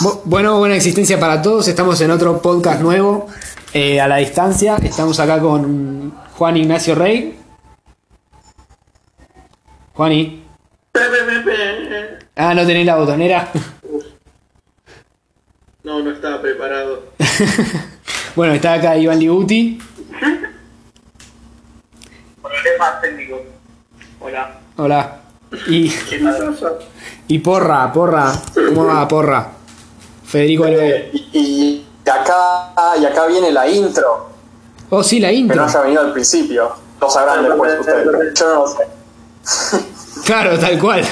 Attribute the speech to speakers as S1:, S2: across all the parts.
S1: Bu- Bueno, buena existencia para todos. Estamos en otro podcast nuevo eh, a la distancia. Estamos acá con Juan Ignacio Rey. Juani. Ah, no tenés la botonera.
S2: No, no estaba preparado.
S1: Bueno, está acá Iván Libuti.
S3: Problemas técnicos. Hola.
S1: Hola. Y,
S2: ¿Qué pasa?
S1: y Porra, Porra. ¿Cómo va Porra? Federico Alvear.
S3: eh, Y, y acá y acá viene la intro,
S1: Oh, sí, la
S3: que no
S1: intro.
S3: haya venido al principio. Lo sabrán después ustedes. pero Yo no lo sé.
S1: Claro, tal cual.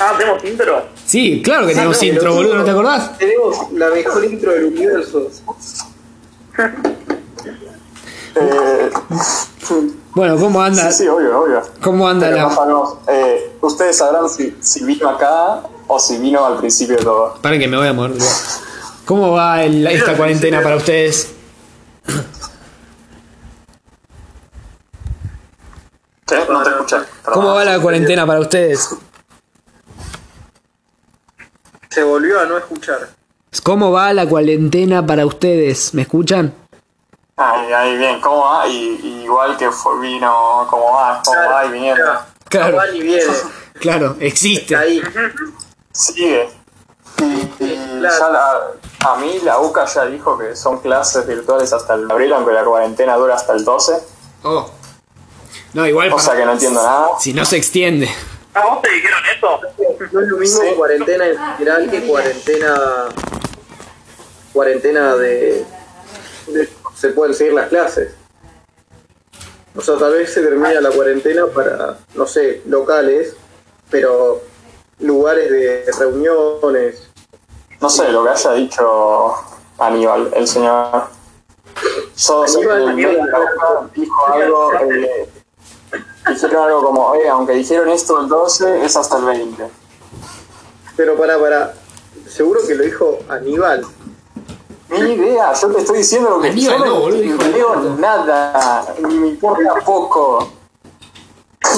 S3: Ah, ¿hacemos intro? Ah,
S1: Sí, claro que tenemos
S2: no,
S1: intro,
S2: pero-
S1: boludo, ¿no te acordás?
S2: Tenemos la mejor intro del universo.
S3: Eh,
S1: Bueno, ¿cómo anda?
S3: sí, sí, obvio, obvio.
S1: ¿Cómo anda
S3: Pero
S1: la.?
S3: Rafa, no, eh, ustedes sabrán si, si vino acá o si vino al principio de todo.
S1: Para que me voy a morir. ¿Cómo va el- esta cuarentena para ustedes?
S3: ¿Qué? No te escuché. perdón.
S1: ¿Cómo va la cuarentena para ustedes?
S2: Se volvió a no escuchar.
S1: ¿Cómo va la cuarentena para ustedes? ¿Me escuchan?
S3: Ahí, ahí, bien, ¿cómo va? Y, y igual que fue, vino, ¿cómo va? ¿Cómo va? Y viniendo.
S2: Claro.
S1: Claro.
S2: No va ni viene.
S1: Claro, existe.
S2: Está ahí.
S3: Sigue. Y,
S2: Claro.
S3: y Este, ya la- a mí la UCA ya dijo que son clases virtuales hasta el abril, aunque la cuarentena dura hasta el 12,
S1: Oh. No, igual
S3: cosa
S1: para-
S3: que no entiendo nada.
S1: si no se extiende.
S3: ¿A vos te dijeron eso?
S2: No es lo mismo
S3: Sí.
S2: cuarentena espiral que cuarentena. cuarentena de, de- se pueden seguir las clases. O sea, tal vez se termina la cuarentena para, no sé, locales, pero lugares de reuniones.
S3: No sé, lo que haya dicho Aníbal, el señor. Yo sé que
S2: Aníbal,
S3: el
S2: Aníbal.
S3: de la UCA dijo algo, eh, dijeron algo como, eh, aunque dijeron esto el 12, es hasta el 20.
S2: Pero para, para, seguro que lo dijo Aníbal.
S3: Ni idea, yo te estoy diciendo lo que
S1: Aníbal
S3: yo
S1: no, boludo, hijo de
S3: leo nada, me importa poco.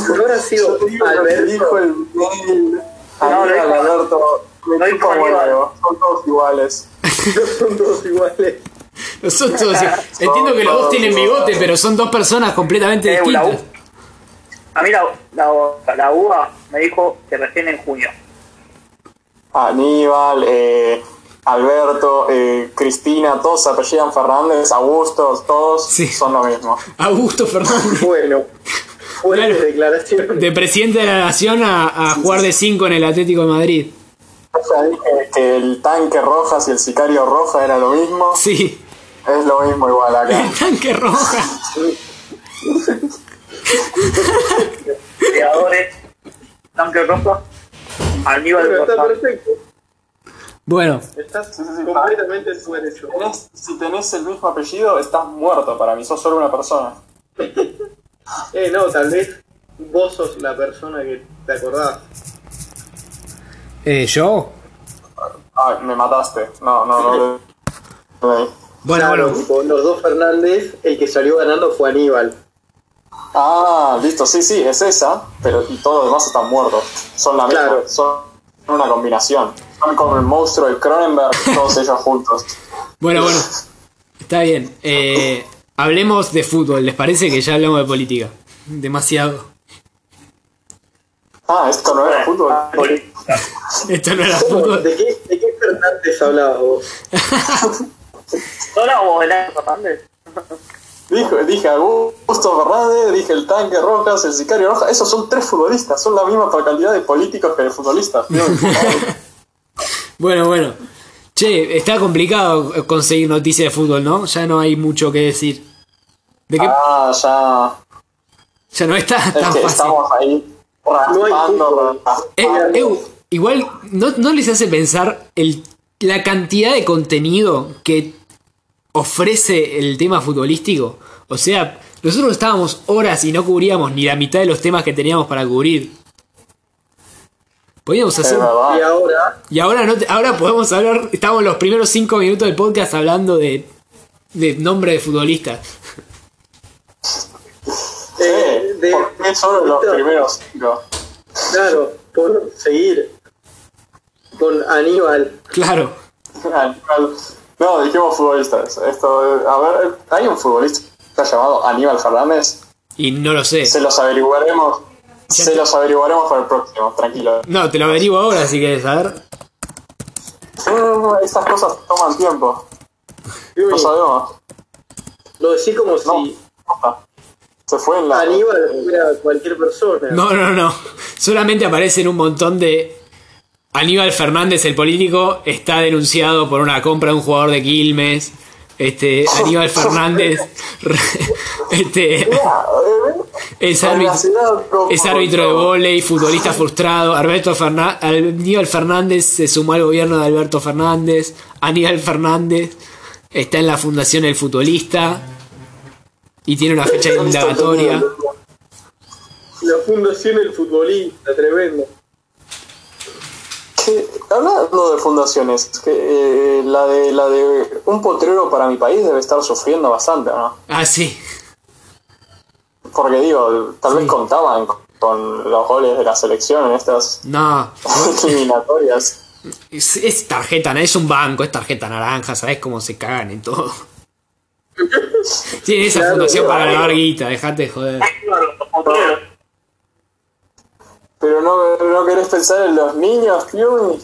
S2: No habrá
S3: Yo
S2: sido
S3: te digo lo que dijo
S2: Alberto.
S3: el mail.
S4: No,
S3: Aníbal,
S4: no, no.
S3: Alberto, me
S4: No
S3: chupa un
S4: disponible.
S3: huevo, son todos iguales.
S2: No son todos iguales.
S1: Nosotros, entiendo que los dos tienen bigote, pero son dos personas completamente
S4: Eh, la
S1: distintas.
S4: U- A mí la, la, la UBA me dijo que recién en junio.
S3: Aníbal, eh, Alberto, eh, Cristina, todos se apellidan Fernández, Augusto, todos
S1: Sí.
S3: son lo mismo.
S1: Augusto Fernández.
S2: Bueno, fuertes
S1: Claro.
S2: declaraciones.
S1: De presidente de la nación a, a jugar de 5 en el Atlético de Madrid.
S3: O sea, dije que el tanque Rojas y el sicario Roja era lo mismo,
S1: Sí.
S3: es lo mismo igual acá.
S1: El tanque roja.
S4: Creadores, tanque rojo, Aníbal
S2: Bueno, está
S4: Cortázar.
S2: perfecto.
S1: Bueno,
S2: Estás
S3: Sí, sí, sí,
S2: completamente en tu derecho.
S3: Tenés- si tenés el mismo apellido, estás muerto para mí, sos solo una persona.
S2: Eh, no, tal vez vos sos la persona que te acordás.
S1: eh, yo.
S3: Ay, me mataste. No, no, no. no.
S1: Bueno,
S2: Claro,
S1: bueno.
S2: tipo, los dos Fernández, el que salió ganando fue Aníbal.
S3: Ah, listo, sí, sí, es esa, pero y todos los demás están muertos. Son la misma,
S2: Claro.
S3: son una combinación. Son como el monstruo de Cronenberg, todos ellos juntos.
S1: Bueno, bueno. Está bien. Eh, hablemos de fútbol, ¿les parece que ya hablamos de política? Demasiado.
S3: Ah, esto no era fútbol.
S1: Esto no era
S2: ¿Cómo?
S1: fútbol.
S2: ¿De qué, de qué Fernández hablabas vos?
S4: ¿No la hubo el año Fernández?
S3: Dijo, dije Augusto Fernández, dije el tanque Rojas, el sicario Rojas. Esos son tres futbolistas, son la misma cantidad de políticos que de futbolistas. Dios,
S1: Bueno, bueno. Che, está complicado conseguir noticias de fútbol, ¿no? Ya no hay mucho que decir. ¿De qué?
S3: ah, ya.
S1: Ya no está
S3: Es
S1: tan
S3: que
S1: fácil.
S3: estamos ahí
S2: hay
S3: raspando.
S2: fútbol.
S1: Eh,
S3: raspando.
S1: eh, igual, ¿no, no les hace pensar el, la cantidad de contenido que ofrece el tema futbolístico? O sea, nosotros estábamos horas y no cubríamos ni la mitad de los temas que teníamos para cubrir. Podíamos
S3: Es
S1: hacer...
S3: verdad.
S2: Y ahora,
S1: Y ahora, no te- ahora podemos hablar... Estamos los primeros cinco minutos del podcast hablando de, de nombre de futbolista.
S2: eh,
S3: Sí,
S2: de,
S3: ¿Por qué solo los primeros cinco?
S2: claro, por seguir. con Aníbal.
S1: Claro.
S3: Aníbal. No, dijimos futbolistas. Esto, eh, a ver, hay un futbolista llamado Aníbal Fernández.
S1: Y no lo sé.
S3: Se los averiguaremos.
S1: Ya
S3: Se
S1: te-
S3: los averiguaremos para el próximo, tranquilo.
S1: No, te lo averiguo ahora si quieres saber.
S3: Eh, Estas cosas toman tiempo.
S2: Yumi,
S3: No sabemos.
S2: Lo decís como si
S3: Se fue en la.
S2: Aníbal fuera cualquier persona.
S1: No, no, no. Solamente aparecen un montón de. Aníbal Fernández, el político, está denunciado por una compra de un jugador de Quilmes. Este, Aníbal Fernández. este,
S3: Mira, eh,
S1: es
S3: en la
S1: árbitro-
S3: ciudad, como-
S1: Es árbitro de volei, futbolista frustrado. Alberto Ferna- Aníbal Fernández se sumó al gobierno de Alberto Fernández. Aníbal Fernández está en la fundación El Futbolista y tiene una fecha de indagatoria.
S2: La fundación del futbolista, tremendo.
S3: Que- hablando de fundaciones, que, eh, la de la de un potrero para mi país debe estar sufriendo bastante, ¿no?
S1: Ah, sí.
S3: Porque digo, tal
S1: Sí.
S3: vez contaban con los goles de la selección en estas
S1: No.
S3: eliminatorias.
S1: Es, es tarjeta, es un banco, es tarjeta naranja, ¿sabes cómo se cagan en todo? Tiene esa
S2: Claro,
S1: fundación para
S2: claro.
S1: grabar guita, dejate de joder.
S4: Otro.
S3: Pero no, no querés pensar en los niños, Piumi.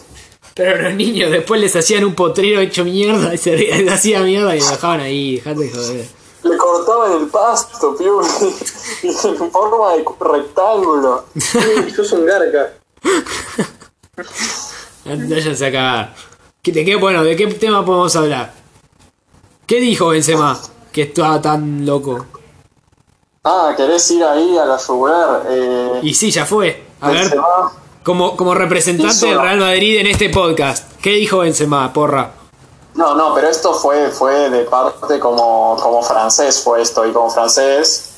S1: Pero los niños después les hacían un potrero hecho mierda y se les hacía mierda y lo dejaban ahí, dejate de joder.
S3: Le cortaban el pasto, Piumi. En forma de rectángulo.
S2: Yumi, sos un garca.
S1: Váyanse a cagar. ¿Qué- ¿De qué, bueno, ¿de qué tema podemos hablar? ¿Qué dijo Benzema? Que estaba tan loco.
S3: Ah, querés ir ahí a la jugar. Eh,
S1: Y sí, ya fue. A ver,
S3: Benzema.
S1: como, como representante
S3: Hizo-
S1: del Real Madrid en este podcast, ¿qué dijo Benzema, porra?
S3: No, no, pero esto fue, fue de parte como, como francés, fue esto. Y como francés,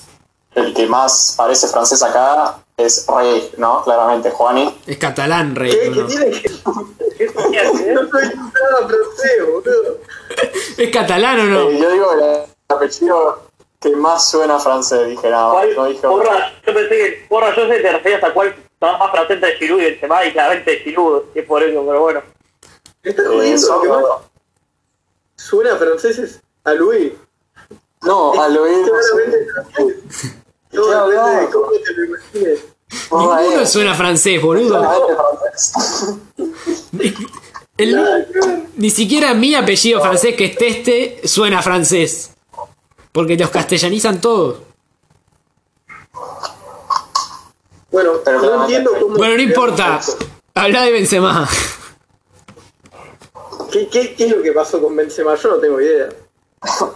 S3: el que más parece francés acá es Rey, ¿no? Claramente, Juani.
S1: Es catalán, rey.
S2: ¿Qué,
S1: ¿o
S2: ¿Qué
S1: no?
S2: tiene que.?
S4: ¿Qué eh? tenía que ver?
S2: No soy nada francés, boludo.
S1: ¿Es catalán o
S3: Eh,
S1: no?
S3: yo digo el apellido que más suena francés, dije nada más.
S4: ¿Cuál?
S3: No dije
S4: Porra, yo pensé que, porra, yo sé que te referías a cuál estaba más francés de Giroud y el Semá y claramente de Giroud, que es por eso, pero bueno.
S2: Estás
S3: Eh,
S2: jodiendo lo que más
S3: Sócrates.
S2: suena a francés es a Luis.
S3: No, al oír.
S2: Claramente es francés. Todo depende de cómo te lo imagines.
S3: Porra,
S1: Ninguno
S3: eh,
S1: suena francés, boludo.
S3: claramente francés.
S1: El-
S2: Nada que ver.
S1: ni siquiera mi apellido francés, que es Teste, suena francés. Porque los castellanizan todos.
S2: Bueno,
S3: Pero
S2: no
S3: claramente.
S2: entiendo cómo.
S1: Bueno, no importa. Habla de Benzema.
S2: ¿Qué, qué, qué es lo que pasó con Benzema? Yo no tengo idea.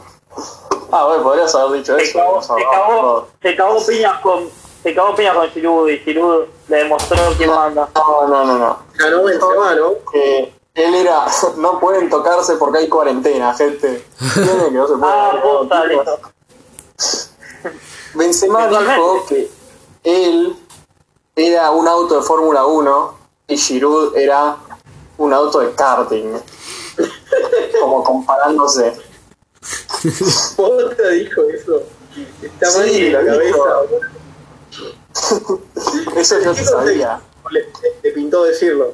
S3: Ah, bueno, podrías haber dicho
S4: Se
S3: eso.
S4: cagó,
S3: no
S4: se
S3: sabemos.
S4: cagó, se cagó piñas con, se cagó piñas con Giroud y Giroud le demostró quién manda.
S3: No, no, no, no.
S2: Ganó Benzema, ¿no?
S3: que Eh, él era, no pueden tocarse porque hay cuarentena, gente. Tienen que no se pueden
S4: Ah,
S3: tocar.
S4: puta, listo.
S3: Benzema dijo que él era un auto de Fórmula 1 y Giroud era un auto de karting. Como comparándose.
S2: Posta dijo eso. Está
S3: Sí,
S2: mal de la
S3: lo
S2: cabeza.
S3: dijo.
S2: boludo.
S3: Eso yo
S2: ¿Qué
S3: se sabía.
S2: contexto Le, le pintó decirlo.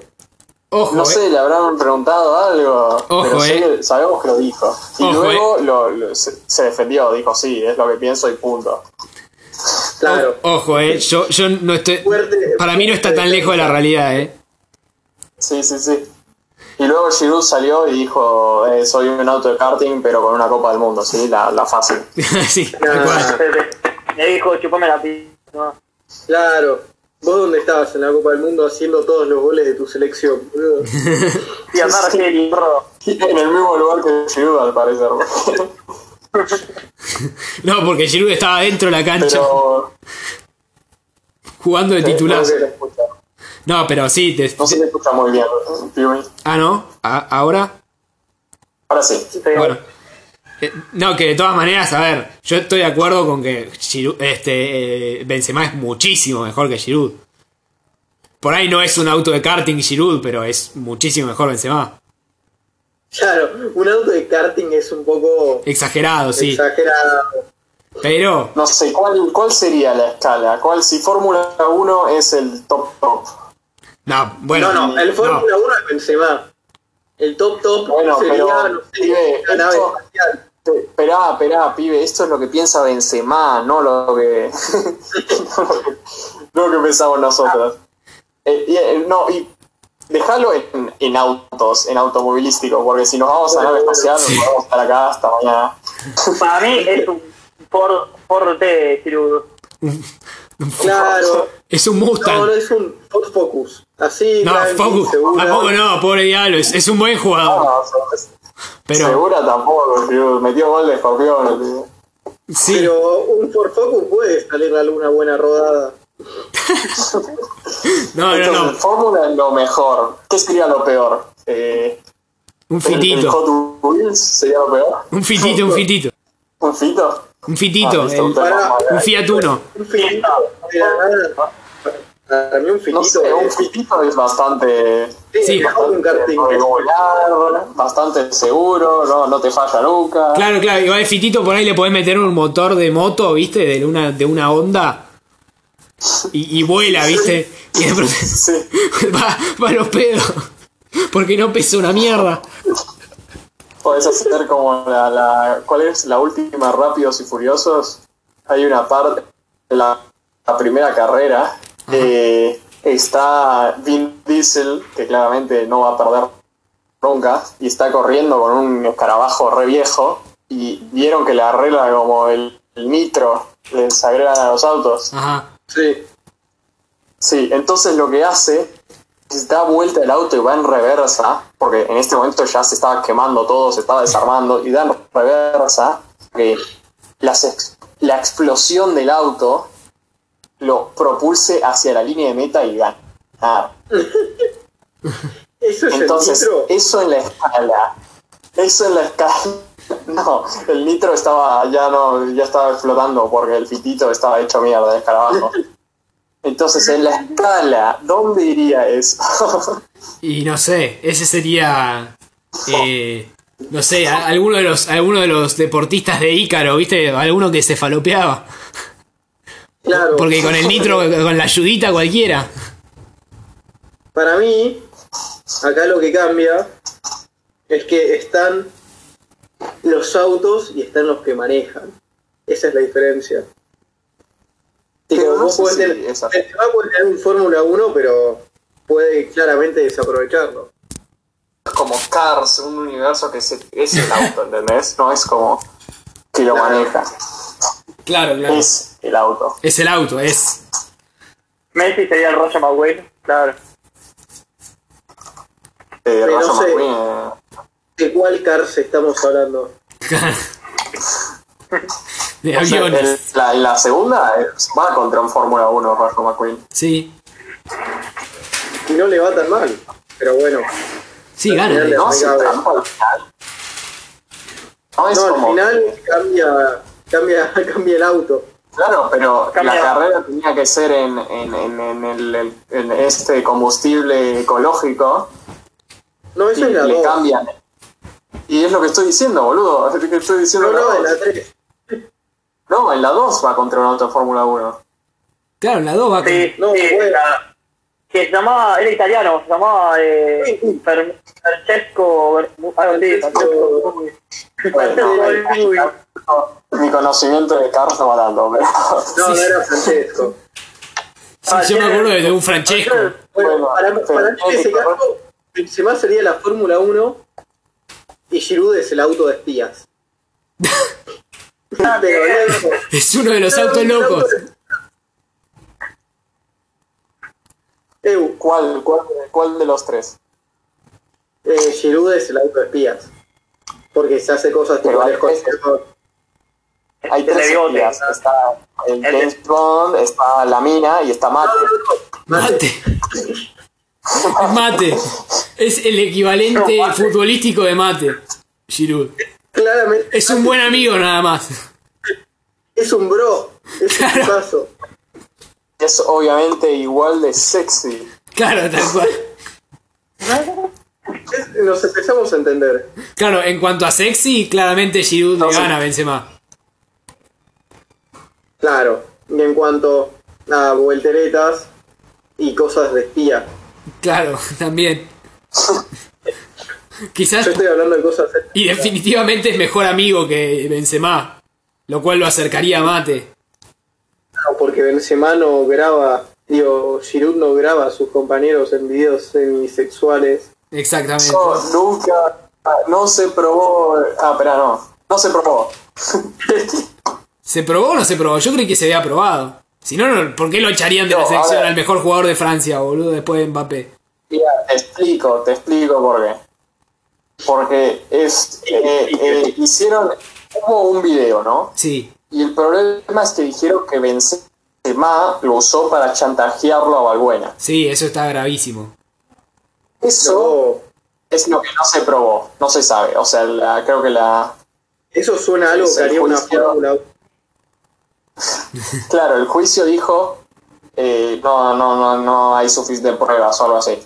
S1: Ojo,
S3: No
S1: eh.
S3: sé, le habrán preguntado algo, pero sé
S1: eh.
S3: que sabemos que lo dijo. Y
S1: Ojo, eh.
S3: luego lo- lo- se, se defendió, dijo, sí, es lo que pienso y punto.
S2: Claro.
S1: Ojo, eh. Yo, yo no estoy.
S2: Fuerte-
S1: Para mí no está tan lejos de la realidad, eh.
S3: Sí, sí, sí. Y luego Giroud salió y dijo, eh, soy un auto de karting, pero con una Copa del Mundo, sí, la, la fácil.
S1: sí, tal cual.
S4: Me dijo, chupame la piña. No.
S2: Claro. ¿Vos dónde estabas en la Copa del Mundo haciendo todos los goles de tu selección? boludo?
S4: Y
S3: Sí,
S4: andar
S3: sí.
S4: Argelia, bro.
S3: En el mismo lugar que Giroud, al parecer.
S1: No, porque Giroud estaba dentro de la cancha
S3: Pero...
S1: jugando de titular.
S3: No se le escucha,
S1: No, pero sí. te-
S3: no se le escucha muy bien. Piumi.
S1: ah, no. ¿A- ahora.
S3: Ahora sí.
S4: Sí.
S1: Bueno. Eh, No, que de todas maneras, a ver, yo estoy de acuerdo con que Giroud- este, eh, Benzema es muchísimo mejor que Giroud. Por ahí no es un auto de karting Giroud, pero es muchísimo mejor Benzema.
S2: Claro, un auto de karting es un poco
S1: Exagerado, sí.
S2: exagerado.
S1: Pero
S3: No sé, ¿cuál, ¿cuál sería la escala? ¿Cuál, si Fórmula 1 es el top top?
S1: No, bueno.
S2: no, no, el Fórmula 1 es Benzema. El top top
S3: Bueno,
S2: sería,
S3: pero,
S2: no sé,
S3: pibe,
S2: la nave
S3: esto-
S2: espacial.
S3: Pe- Esperá, esperá, pibe, esto es lo que piensa Benzema, no lo que, no lo que, no lo que pensamos nosotros. Eh, y, eh, no, y dejalo en, en autos, en automovilístico, porque si nos vamos a nave espacial, nos vamos a estar acá hasta mañana.
S4: Para mí es un Ford, Ford T, Cirudo.
S2: Claro.
S1: Es un Mustang. No,
S2: No, no es un Ford Focus. Así, tranqui,
S1: Focus.
S2: segura.
S1: Tampoco no, pobre diablo. Es, es un buen
S2: Ah,
S1: jugador.
S3: No, Ah, o sea,
S1: Pero
S3: Segura tampoco, tío, metió gol de escorpión. tío.
S1: sí.
S2: Pero un Ford Focus puede salir a alguna buena rodada.
S1: no, no,
S3: Entonces,
S1: no.
S3: Fórmula es lo mejor. ¿Qué sería lo peor? Eh,
S1: Un
S3: el- ¿El
S1: fitito.
S3: Hot Wheels sería lo peor?
S1: Un fitito, un fitito.
S3: ¿Un fito?
S1: Un
S3: Ah,
S1: fitito.
S3: listo,
S1: el-
S3: un tema.
S1: un Fiat Uno.
S2: Un finito. Mira, nada. Para mí un finito.
S3: No sé, un
S2: es-
S3: fitito es bastante.
S2: sí,
S1: sí.
S2: mejor que eh. un karting.
S3: regular, bastante seguro, no, no te falla nunca.
S1: Claro, claro. Igual el fitito por ahí le podés meter un motor de moto, ¿viste? De una, de una onda. Y, y vuela, ¿viste? Y de pronto
S3: Sí.
S1: va, va a los pedos. Porque no pesa una mierda.
S3: Podés hacer como la, la. ¿Cuál es la última? Rápidos y Furiosos. Hay una parte, la, la primera carrera, eh, está Vin Diesel, que claramente no va a perder nunca, y está corriendo con un escarabajo re viejo. Y vieron que le arregla como el, el nitro, les agregan a los autos.
S1: Ajá.
S2: Sí.
S3: Sí, entonces lo que hace es da vuelta el auto y va en reversa, porque en este momento ya se estaba quemando todo, se estaba desarmando, y da en reversa, que las ex- la explosión del auto lo propulse hacia la línea de meta y gana.
S2: Eso es
S3: Entonces,
S2: el nitro.
S3: eso en la escala, eso en la escala, no, el nitro estaba, ya no, ya estaba explotando porque el fitito estaba hecho mierda, el escarabajo. Entonces, en la escala, ¿dónde iría eso?
S1: Y no sé, ese sería. eh, no sé, a- alguno de los alguno de los deportistas de Ícaro, ¿viste? Alguno que se falopeaba.
S2: Claro.
S1: Porque con el nitro, con la ayudita cualquiera.
S2: Para mí, acá lo que cambia es que están los autos y están los que manejan. Esa es la diferencia.
S3: Pero
S2: Tipo,
S3: no
S2: vos
S3: sé
S2: podés
S3: si
S2: tener,
S3: es así.
S2: Benzema puede tener un Fórmula 1, pero puede claramente desaprovecharlo.
S3: Es como Cars, un universo que se- es el auto, ¿entendés? No es como que lo maneja,
S1: Claro, claro. Es,
S3: es el auto.
S1: el auto, es.
S4: Messi sería el Roger McWayne, claro.
S3: Eh,
S2: Pero
S3: Rayo
S2: no sé.
S3: McQueen, eh,
S2: ¿De cuál Cars estamos hablando?
S1: De
S3: o sea, eh,
S1: aviones.
S3: el- la, la segunda eh, va contra un Fórmula 1, Rayo McQueen.
S1: Sí.
S2: Y no le va tan mal. Pero bueno,
S1: Sí, gana.
S3: No hace
S2: Cabe.
S3: trampa al final. No es
S2: no, al
S3: como.
S2: final cambia, cambia, cambia el auto.
S3: Claro, pero
S4: Cambia.
S3: la carrera tenía que ser en, en, en, en el- el- en este combustible ecológico
S2: No,
S3: y
S2: esa es la
S3: le
S2: 2.
S3: cambian. Y es lo que estoy diciendo, boludo. Es lo que estoy diciendo.
S2: No, no,
S3: en
S2: en
S3: la
S2: la
S3: dos.
S2: 3.
S3: No, en la 2 va contra un auto de Fórmula 1.
S1: Claro, la 2 va con-
S3: Ah,
S4: Sí,
S2: No,
S4: sí,
S2: bueno.
S4: la- que se llamaba, era italiano, se llamaba eh, Fer- Francesco, Ber- algo así, Francesco Bertuzzi.
S3: Ah, Bueno,
S4: Francesco
S2: ahí-
S4: Bertuzzi.
S3: mi conocimiento de carros no va tanto, pero.
S2: No, no era Francesco.
S1: Sí, yo me acuerdo de un Francesco.
S2: Bueno, para,
S3: pero
S2: para mí en
S3: tiene
S2: ese
S3: que correr.
S2: caso, Benzema sería la Fórmula 1 y Giroud es el auto de espías. Pero loco.
S1: Es uno de los autos locos.
S2: Eu,
S3: ¿Cuál, cuál, ¿Cuál de los tres?
S2: eh, Giroud es el auto de espías. Porque se hace cosas
S3: Pero
S2: iguales
S3: hay
S2: con
S3: veces-
S2: Giroud.
S3: Hay
S4: El
S3: tres
S4: bigote.
S3: espías. Está el
S4: El-
S3: James Bond, está la mina y está Mate.
S1: Mate. Es mate. Es el equivalente futbolístico de mate. Giroud.
S2: Claramente
S1: Es un buen amigo nada más.
S2: es un bro. Es un paso.
S3: Es obviamente igual de sexy.
S1: Claro, tal cual.
S2: nos empezamos a entender.
S1: Claro, en cuanto a sexy, claramente Giroud le
S3: sí.
S1: gana a Benzema.
S2: Claro. Y en cuanto a volteretas y cosas de espía.
S1: Claro, también. Quizás.
S2: Yo estoy hablando de cosas.
S1: Y definitivamente es mejor amigo que Benzema. Lo cual lo acercaría a Mate.
S2: No, Ah, porque Benzema no graba, digo, Giroud no graba a sus compañeros en videos semisexuales.
S1: Exactamente.
S3: No, nunca. ah, No se probó. Ah, pero no. No se probó.
S1: ¿Se probó o no se probó? Yo creí que se había probado. Si no, no, ¿por qué lo echarían de
S3: No,
S1: la
S3: a
S1: selección
S3: ver.
S1: al mejor jugador de Francia, boludo, después de Mbappé?
S3: Mira, te explico, te explico por qué. Porque es. eh, eh, hicieron. Hubo un video, ¿no?
S1: Sí.
S3: Y el problema es que dijeron que Benzema lo usó para chantajearlo a Balbuena.
S1: Sí, eso está gravísimo.
S3: Eso
S2: No,
S3: es lo que no se probó, no se sabe. O sea, la- creo que la.
S2: eso suena a algo
S3: Sí,
S2: que
S3: sí,
S2: haría una
S3: juicio.
S2: fórmula.
S3: Claro, el juicio dijo. eh, no, no, no, no hay suficiente pruebas o algo así.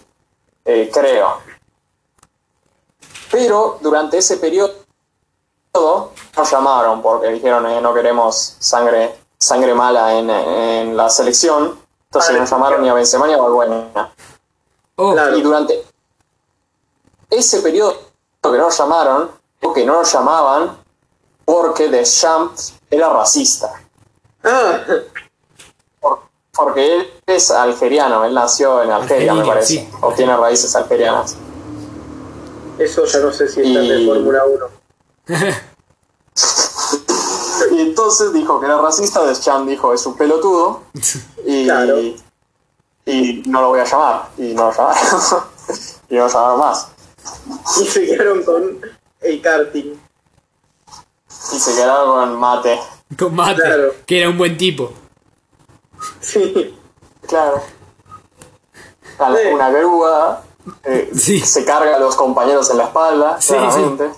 S3: Eh, creo. Pero durante ese periodo nos llamaron porque dijeron eh, no queremos sangre sangre mala en, en la selección. Entonces
S2: Ah,
S3: nos llamaron ni a Benzema ni a Balbuena.
S1: Oh,
S2: Claro.
S3: Y durante ese periodo que no nos llamaron, o que no nos llamaban, porque Deschamps era racista.
S2: Ah,
S3: Por- Porque él es algeriano, él nació en Algeria, me
S1: Argelino,
S3: parece,
S1: sí.
S3: o tiene raíces algerianas.
S2: eso ya no sé si está en
S3: Y-
S2: el Fórmula 1.
S3: Y entonces dijo que era racista, Deschamps dijo es un pelotudo, y,
S2: Claro.
S3: y no lo voy a llamar, y no lo llamaron, y no lo llamaron más.
S2: Y se quedaron con el karting.
S3: Y se quedaron con mate.
S1: con Mate,
S2: Claro.
S1: que era un buen tipo.
S2: Sí.
S3: Claro. Al-
S2: Sí.
S3: Una grúa. eh,
S1: Sí.
S3: Se carga a los compañeros en la espalda.
S1: Sí,
S3: claramente.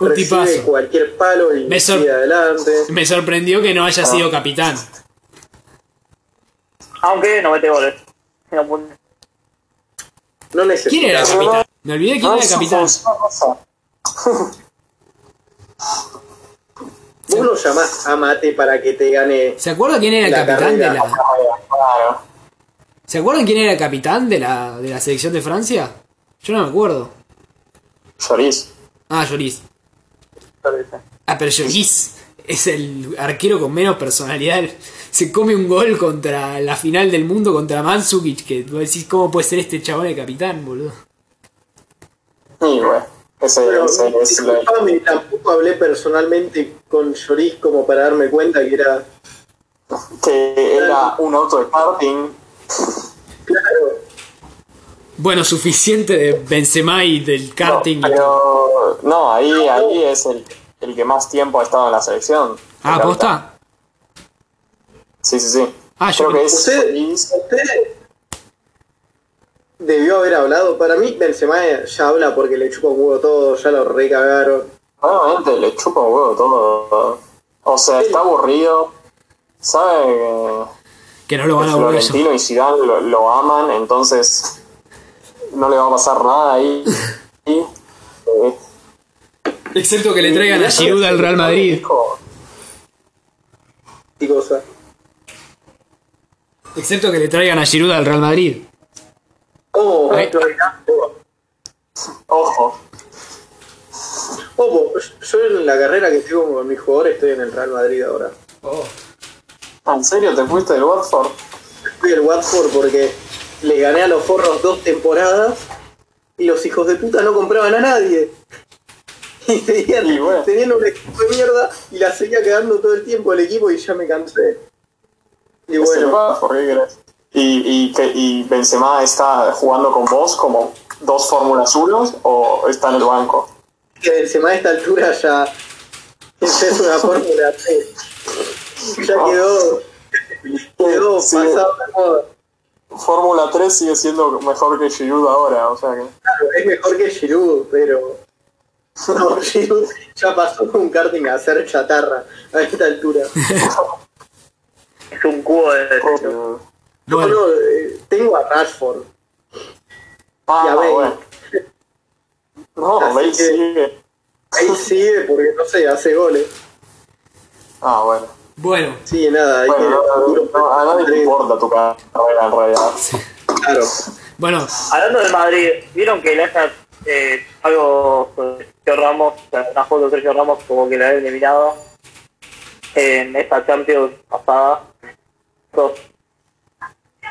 S1: Un
S2: Recibe
S1: tipazo.
S2: cualquier palo y
S1: Me sor-
S2: sigue adelante.
S1: Me sorprendió que no
S2: Ah.
S1: haya sido capitán.
S4: Aunque no mete goles. No apunta.
S2: No necesita.
S1: ¿Quién era el
S3: Sí.
S1: capitán? Me olvidé quién
S3: No,
S1: era el
S3: eso
S1: capitán.
S3: fue una cosa.
S2: Vos lo llamás a Mate para que te gane.
S1: ¿Se acuerdan quién era el
S2: La
S1: capitán de
S2: carrera.
S1: la...
S3: Claro.
S1: ¿Se acuerdan quién era el capitán de la, de la selección de Francia? Yo no me acuerdo.
S3: Lloris.
S1: Ah, Lloris. Ah, pero Lloris es el arquero con menos personalidad. Se come un gol contra la final del mundo contra Mansukic, que vos decís cómo puede ser este chabón el capitán, boludo.
S3: Y bueno. Ese,
S2: Pero,
S3: ese es lo-
S2: disculpame, tampoco hablé personalmente con Lloris como para darme cuenta que era.
S3: que era un auto de karting.
S2: Claro,
S1: Bueno, suficiente de Benzema y del karting.
S3: No,
S1: y todo.
S3: pero no, ahí, ahí es el, el que más tiempo ha estado en la selección.
S1: ah, ¿posta?
S3: Sí, sí, sí.
S1: Ah, yo
S3: Creo que es
S2: Usted-
S3: Lloris.
S2: usted debió haber hablado. Para mí, Benzema ya habla porque le chupa un huevo todo, ya lo recagaron.
S3: Realmente le chupa un huevo todo. O sea, está aburrido. Sabe que
S1: Que no lo van a volver a llamar.
S3: Florentino y Zidane lo, lo aman, entonces no le va a pasar nada ahí. Y, eh,
S1: Excepto que le traigan
S3: y-
S1: a Giroud al Real Madrid.
S3: Dijo,
S2: Y cosa.
S1: Excepto que le traigan a Giroud al Real Madrid.
S2: Oh,
S1: Ahí.
S2: oh,
S3: Ojo,
S2: oh, yo en la carrera que tengo con mis jugadores estoy en el Real Madrid ahora.
S3: ¿en serio te fuiste del Watford?
S2: Fui el Watford porque le gané a los forros dos temporadas y los hijos de puta no compraban a nadie. Y tenían,
S3: Y bueno.
S2: tenían un equipo de mierda y la seguía quedando todo el tiempo el equipo y ya me cansé. Y
S3: Es el
S2: bueno,
S3: Watford, ¿qué crees? Y, y, que- y Benzema está jugando con vos como dos Fórmulas 1 o está en el banco.
S2: que Benzema a esta altura ya, ya es una fórmula C. Ya quedó, quedó
S3: Ah, Sí.
S2: pasado de moda.
S3: Fórmula 3 sigue siendo mejor que Giroud ahora, o sea que...
S2: Claro, es mejor que Giroud, pero... No, Giroud ya pasó con un karting a hacer chatarra a esta altura.
S4: Es un cubo de...
S3: Obvio.
S2: No,
S1: Bueno.
S2: no, eh, tengo a Rashford.
S3: Ah,
S2: Ya ven.
S3: bueno. No,
S2: Así
S3: Bale
S2: que-
S3: sigue.
S2: Ahí sigue porque, no sé, hace goles.
S3: Ah, bueno.
S1: Bueno,
S2: Sí, nada, ahí
S3: Bueno,
S2: tiene
S3: no, no,
S2: futuro.
S3: no, a nadie le importa tu carrera en realidad.
S2: Claro.
S1: Bueno,
S4: Hablando de Madrid, ¿vieron que le haya eh, algo con Sergio Ramos, una foto de Sergio Ramos como que la había eliminado en esta Champions pasada? Sos-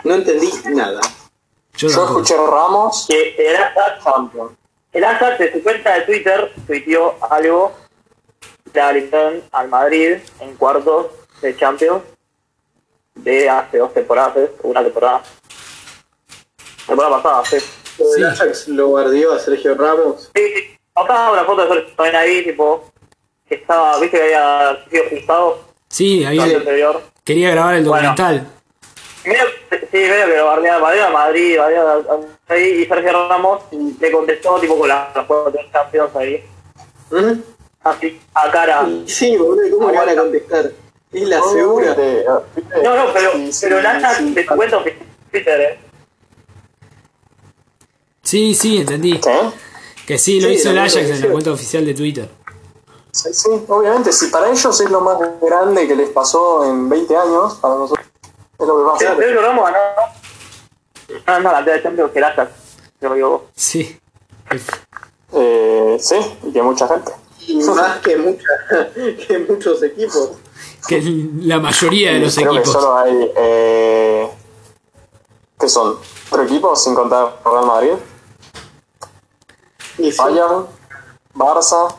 S2: No entendí nada.
S1: yo
S3: Yo
S1: no.
S3: escuché Ramos
S4: Que el Ajax,
S3: Champions.
S4: el Ajax de su cuenta de Twitter tuiteó algo, la eliminaron al Madrid en cuartos de Champions de hace dos temporadas, una temporada. Temporada pasada, sí.
S2: Lo del
S1: Sí.
S2: Ajax lo guardió a Sergio Ramos.
S4: Sí, acá una foto de Sergio también ahí, tipo, que estaba, viste que había sido fijado
S1: Sí,
S4: el año
S1: había-
S4: anterior.
S1: quería grabar el
S4: Bueno.
S1: documental.
S4: Medio, sí, medio que lo bardeaba, bardeaba a Madrid, bardeaba a- a- ahí, y Sergio Ramos le contestó, tipo, con la, la foto de los campeones ahí,
S2: ¿Mm?
S4: así, a cara.
S2: Y Sí, boludo, ¿cómo le van a contestar? Es la segura.
S3: Obviamente, ¿viste?
S4: No, no, pero,
S3: Sí, sí,
S4: pero Lana,
S3: sí.
S4: te cuento que Twitter, eh.
S1: Sí, sí, entendí.
S3: ¿Qué?
S1: Que sí, lo
S2: Sí,
S1: hizo el
S2: lo
S1: Ajax en la
S2: hizo.
S1: cuenta oficial de Twitter.
S3: Sí, sí, obviamente, si para ellos es lo más grande que les pasó en 20 años, para nosotros es lo que más grande.
S4: Sergio Ramos ganó, ganó más cantidad de Champions que el Ajax, lo digo.
S1: Sí.
S3: Eh, sí, y que mucha gente.
S2: Y más que, mucha, que muchos equipos.
S1: Que la mayoría de los
S3: Creo que
S1: equipos.
S3: solo hay. Eh, ¿Qué son? ¿Tres equipos sin contar Real Madrid?
S2: Y sí,
S3: Bayern, Barça,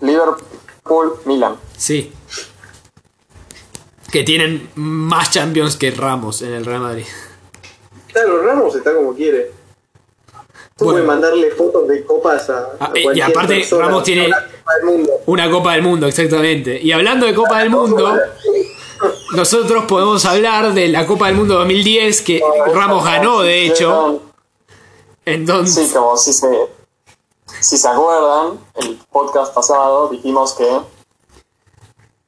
S3: Liverpool, Milan.
S1: Sí. Que tienen más champions que Ramos en el Real Madrid.
S2: claro, Ramos está como quiere. Tú
S1: Bueno.
S2: puedes mandarle fotos de copas a, a
S1: Ah, eh, y
S2: cualquier
S1: aparte,
S2: persona,
S1: Ramos tiene-
S2: a la Copa del mundo.
S1: Una Copa del Mundo, exactamente. Y hablando de Copa del Mundo, nosotros podemos hablar de la Copa del Mundo 2010 que Ramos ganó, de hecho.
S3: Sí,
S1: Entonces,
S3: como si se, si se acuerdan, el podcast pasado dijimos que.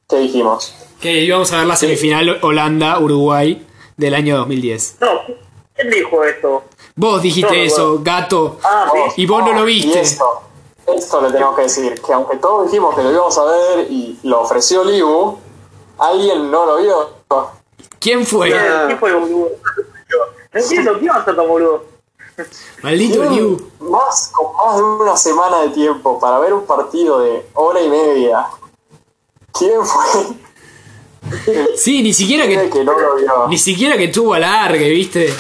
S3: ¿Qué dijimos?
S1: que íbamos a ver la semifinal Holanda-Uruguay del año 2010.
S4: No, ¿quién dijo esto?
S1: Vos
S4: No, no,
S1: dijiste eso, gato.
S4: Ah,
S3: Oh,
S4: sí.
S1: Y vos no lo viste.
S3: Y esto, esto le tenemos que decir, que aunque todos dijimos que lo íbamos a ver y lo ofreció Libu, alguien no lo vio.
S1: ¿Quién fue?
S2: Ah.
S4: ¿Quién fue boludo? No entiendo, ¿quién va a ser tan boludo?
S1: Maldito Liu.
S3: Tienen Más, con más de una semana de tiempo para ver un partido de hora y media. ¿Quién fue
S1: Sí, ni siquiera
S3: el
S1: que
S3: que no lo vio?
S1: ni siquiera que tuvo alargue, ¿viste?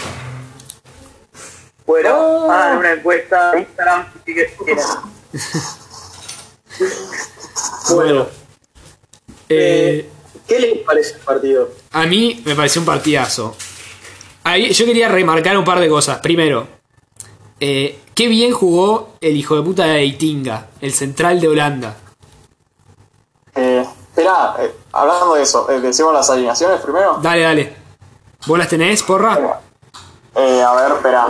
S4: Bueno, hagan una encuesta en Instagram si que quieren.
S1: Bueno. Eh,
S2: ¿Qué les parece el partido?
S1: a mí me pareció un partidazo. Ahí, yo quería remarcar un par de cosas. Primero, eh, qué bien jugó el hijo de puta de Itinga, el central de Holanda.
S3: Eh, esperá, eh, hablando de eso, eh, decimos las alineaciones primero.
S1: Dale, dale. ¿Vos las tenés, porra?
S3: Eh, a ver, espera.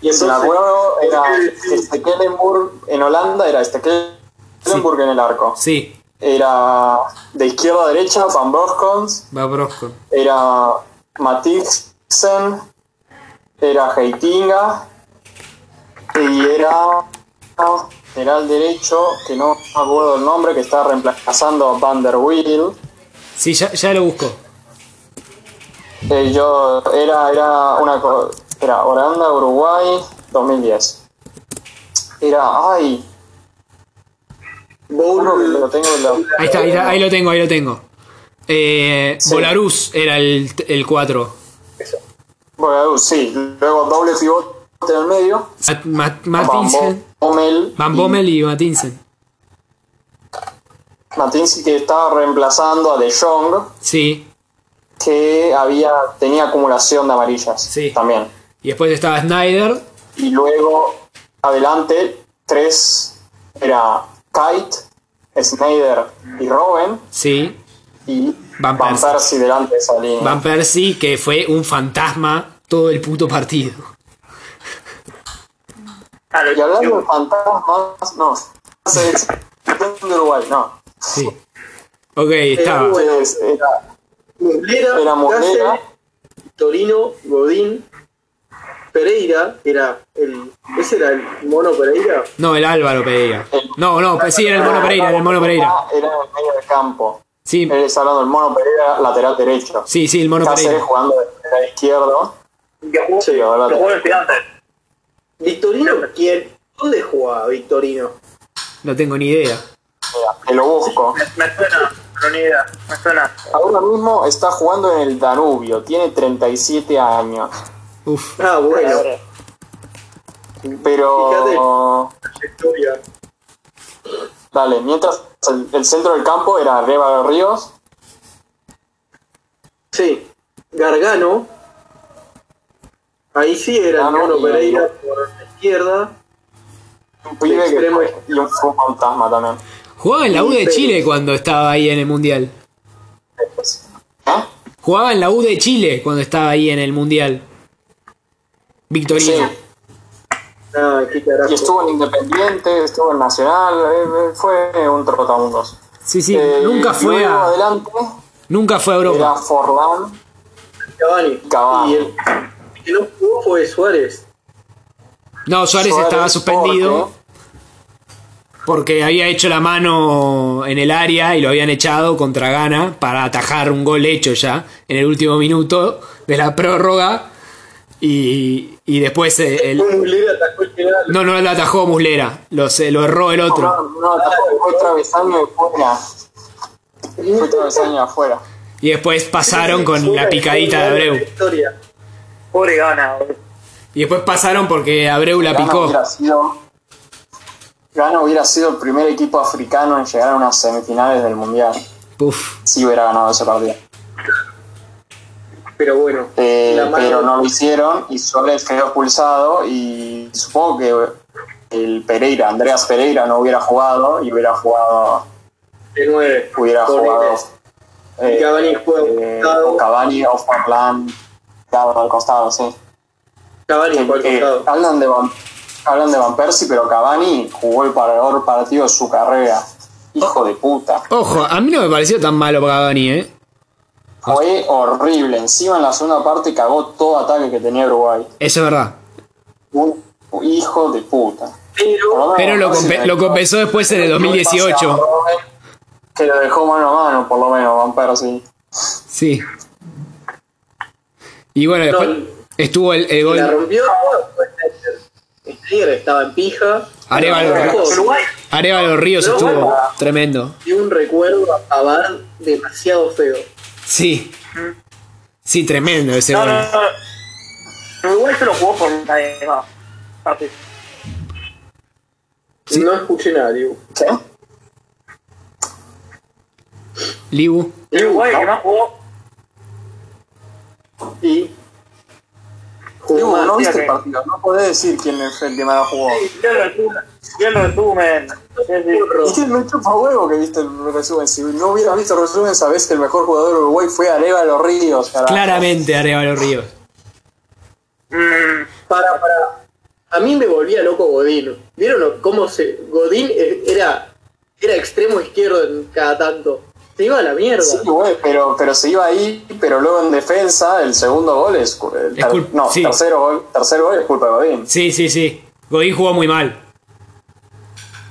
S2: Y
S3: Si me
S2: entonces,
S3: acuerdo, era
S2: Sí.
S3: Stekelenburg en Holanda, era Stekelenburg en el arco.
S1: Sí,
S3: Era de izquierda a derecha, Van Broskons,
S1: va Brosco.
S3: era Matixen, era Heitinga y era general derecho, que no me acuerdo el nombre, que está reemplazando a Van der Wiel.
S1: Sí, ya, ya lo busco.
S3: Eh, yo era, era una co- era Holanda, Uruguay, 2010. Era, ay, uno que lo
S2: Bowl,
S3: tengo en la-
S1: Ahí está, ahí, está, ahí lo tengo, ahí lo tengo. Eh,
S3: Sí.
S1: Volaruz era el, el 4.
S3: Bueno, sí, luego doble pivote en el medio.
S1: Mat- Mat-
S3: Van
S1: Martinsen.
S3: Bommel.
S1: Van
S3: y
S1: Bommel y Matinsen.
S3: Martins, que estaba reemplazando a De Jong,
S1: Sí.
S3: que había, tenía acumulación de amarillas
S1: Sí.
S3: también.
S1: Y después estaba Snyder.
S3: Y luego, adelante, tres era Kite, Snyder y Robben.
S1: Sí.
S3: Y
S1: Van
S3: Van,
S1: Persie.
S3: Persie delante de esa línea.
S1: Van Persie, que fue un fantasma todo el puto partido.
S4: Claro,
S3: Y hablando de
S4: yo-
S3: fantasmas, no. Selección de Uruguay, no.
S1: Sí. Ok, estaba.
S2: Uruguay.
S3: Entonces, era,
S2: Muslera,
S3: era Muslera.
S2: Cáceres, Torino, Godín, Pereira, que era el. ¿Ese era el mono Pereira?
S1: No, el Álvaro Pereira. No, no, pues sí, era el Mono Pereira, era el Mono Pereira.
S3: Era en el medio del campo.
S1: Sí,
S3: Él está hablando del Mono Pereira, lateral derecho.
S1: sí, sí, el Mono
S3: Cáceres
S1: Pereira.
S3: jugando de lateral izquierdo.
S4: que jugó,
S3: Sí, ahora
S4: que jugó en estudiantes.
S2: ¿Victorino quién? ¿Dónde jugaba Victorino?
S1: No tengo ni idea.
S3: Te lo busco.
S4: Me, me suena, pero ni idea, me suena.
S3: Ahora mismo está jugando en el Danubio, tiene 37 años.
S1: Uf.
S2: Ah, bueno.
S4: Ahora,
S3: Pero.
S2: Trayectoria.
S3: Dale, mientras el, el centro del campo era Reba Ríos,
S2: Sí. Gargano. Ahí sí era el
S3: Gargano
S2: Mono
S3: y-
S2: Pereira por la izquierda.
S3: un pibe que-
S2: extremo.
S3: y un, fue un fantasma también.
S1: Jugaba en la U de Chile cuando estaba ahí en el Mundial.
S3: ¿Eh?
S1: Jugaba en la U de Chile cuando estaba ahí en el Mundial.
S3: Sí.
S1: Victorino.
S2: Ah, qué
S3: Y
S2: carajo.
S3: estuvo en Independiente, estuvo en Nacional, eh, eh, fue un trotamundos.
S1: Sí, sí,
S3: Eh,
S1: nunca
S3: y
S1: fue
S3: luego
S1: a,
S3: adelante
S1: nunca fue a
S3: era
S1: Europa.
S3: Forlán.
S2: Cavani.
S3: Cavani.
S2: Y el que no jugó fue Suárez.
S1: No, Suárez, estaba
S3: Suárez,
S1: suspendido
S3: Porte.
S1: porque había hecho la mano en el área y lo habían echado contra Ghana para atajar un gol hecho ya en el último minuto de la prórroga. Y, y después eh, el,
S2: Un Muller atajó el final.
S1: No, no lo atajó Muslera. Lo, se- lo erró el otro.
S3: No, no, tampoco, fue travesaño de fuera. Fue travesaño de afuera.
S1: Y después pasaron con la picadita de Abreu.
S2: Historia.
S4: Pobre gana, boludo.
S1: Y después pasaron porque Abreu la
S3: Ghana
S1: picó.
S3: hubiera sido- Ghana hubiera sido el primer equipo africano en llegar a unas semifinales del Mundial.
S1: Puf.
S3: Si hubiera ganado ese partido.
S2: Pero bueno.
S3: Eh,
S2: la mano-
S3: pero no lo hicieron y Suárez quedó expulsado y supongo que el Pereira, Andreas Pereira no hubiera jugado y hubiera jugado
S2: De nueve.
S3: hubiera
S2: Con
S3: jugado
S2: Inés. Cavani juega por
S3: o
S2: costado.
S3: Cavani o Forlán dado al costado, sí.
S2: Cavani por
S3: Eh,
S2: costado.
S3: hablan, de Van, hablan de Van Persie, pero Cavani jugó el peor partido de su carrera. Hijo de puta.
S1: Ojo, a mí no me pareció tan malo Cavani, ¿eh?
S3: Fue horrible. Encima en la segunda parte cagó todo ataque que tenía Uruguay.
S1: Eso es verdad.
S3: Un hijo de puta.
S2: Pero
S1: Pero lo,
S3: Messi
S1: compe-
S3: le
S1: lo
S3: dejó-
S1: compensó después en el
S3: le dejó un pase a
S1: 2018.
S3: Robben, Que lo dejó mano a mano, por lo menos, Van Persie.
S1: Sí. Y bueno, después
S2: No.
S1: estuvo el, el
S2: la
S1: gol.
S2: rompió. fue Snyder. Snyder estaba en pija.
S1: Arevalo.
S2: Ojo,
S4: Uruguay,
S1: Arevalo Ríos
S2: No,
S1: estuvo
S2: bueno.
S1: tremendo.
S2: Y un recuerdo a Bar demasiado feo.
S1: Sí. Sí, tremendo ese
S4: no,
S1: gol.
S4: no, no. Uruguay se lo jugó por nadie más. Así.
S2: No escuché nada, Dibu.
S3: ¿Qué?
S1: Libu.
S4: El Uruguay que más jugó,
S2: Y. Jugó
S3: Dibu,
S2: más.
S3: no viste
S4: que-
S3: el partido. No podés decir quién fue el que más jugó.
S4: yo lo resumen, yo lo resumen. Es decir,
S2: Burro.
S3: Y que me chupa huevo que viste el resumen. Si no hubieras visto el resumen, sabés que el mejor jugador de Uruguay fue Arevalo Ríos. carajo.
S1: Claramente Arevalo Ríos.
S4: mm,
S2: Para, para. A mí me volvía loco Godín. ¿Vieron lo- cómo se. Godín eh, era. Era extremo izquierdo en cada tanto. Se iba a la mierda.
S3: Sí, güey, pero, pero se iba ahí, pero luego en defensa, el segundo gol es. cu- el
S1: Es cul-
S3: no,
S1: sí.
S3: tercero gol, tercer gol es culpa de Godín.
S1: Sí, sí, sí. Godín jugó muy mal.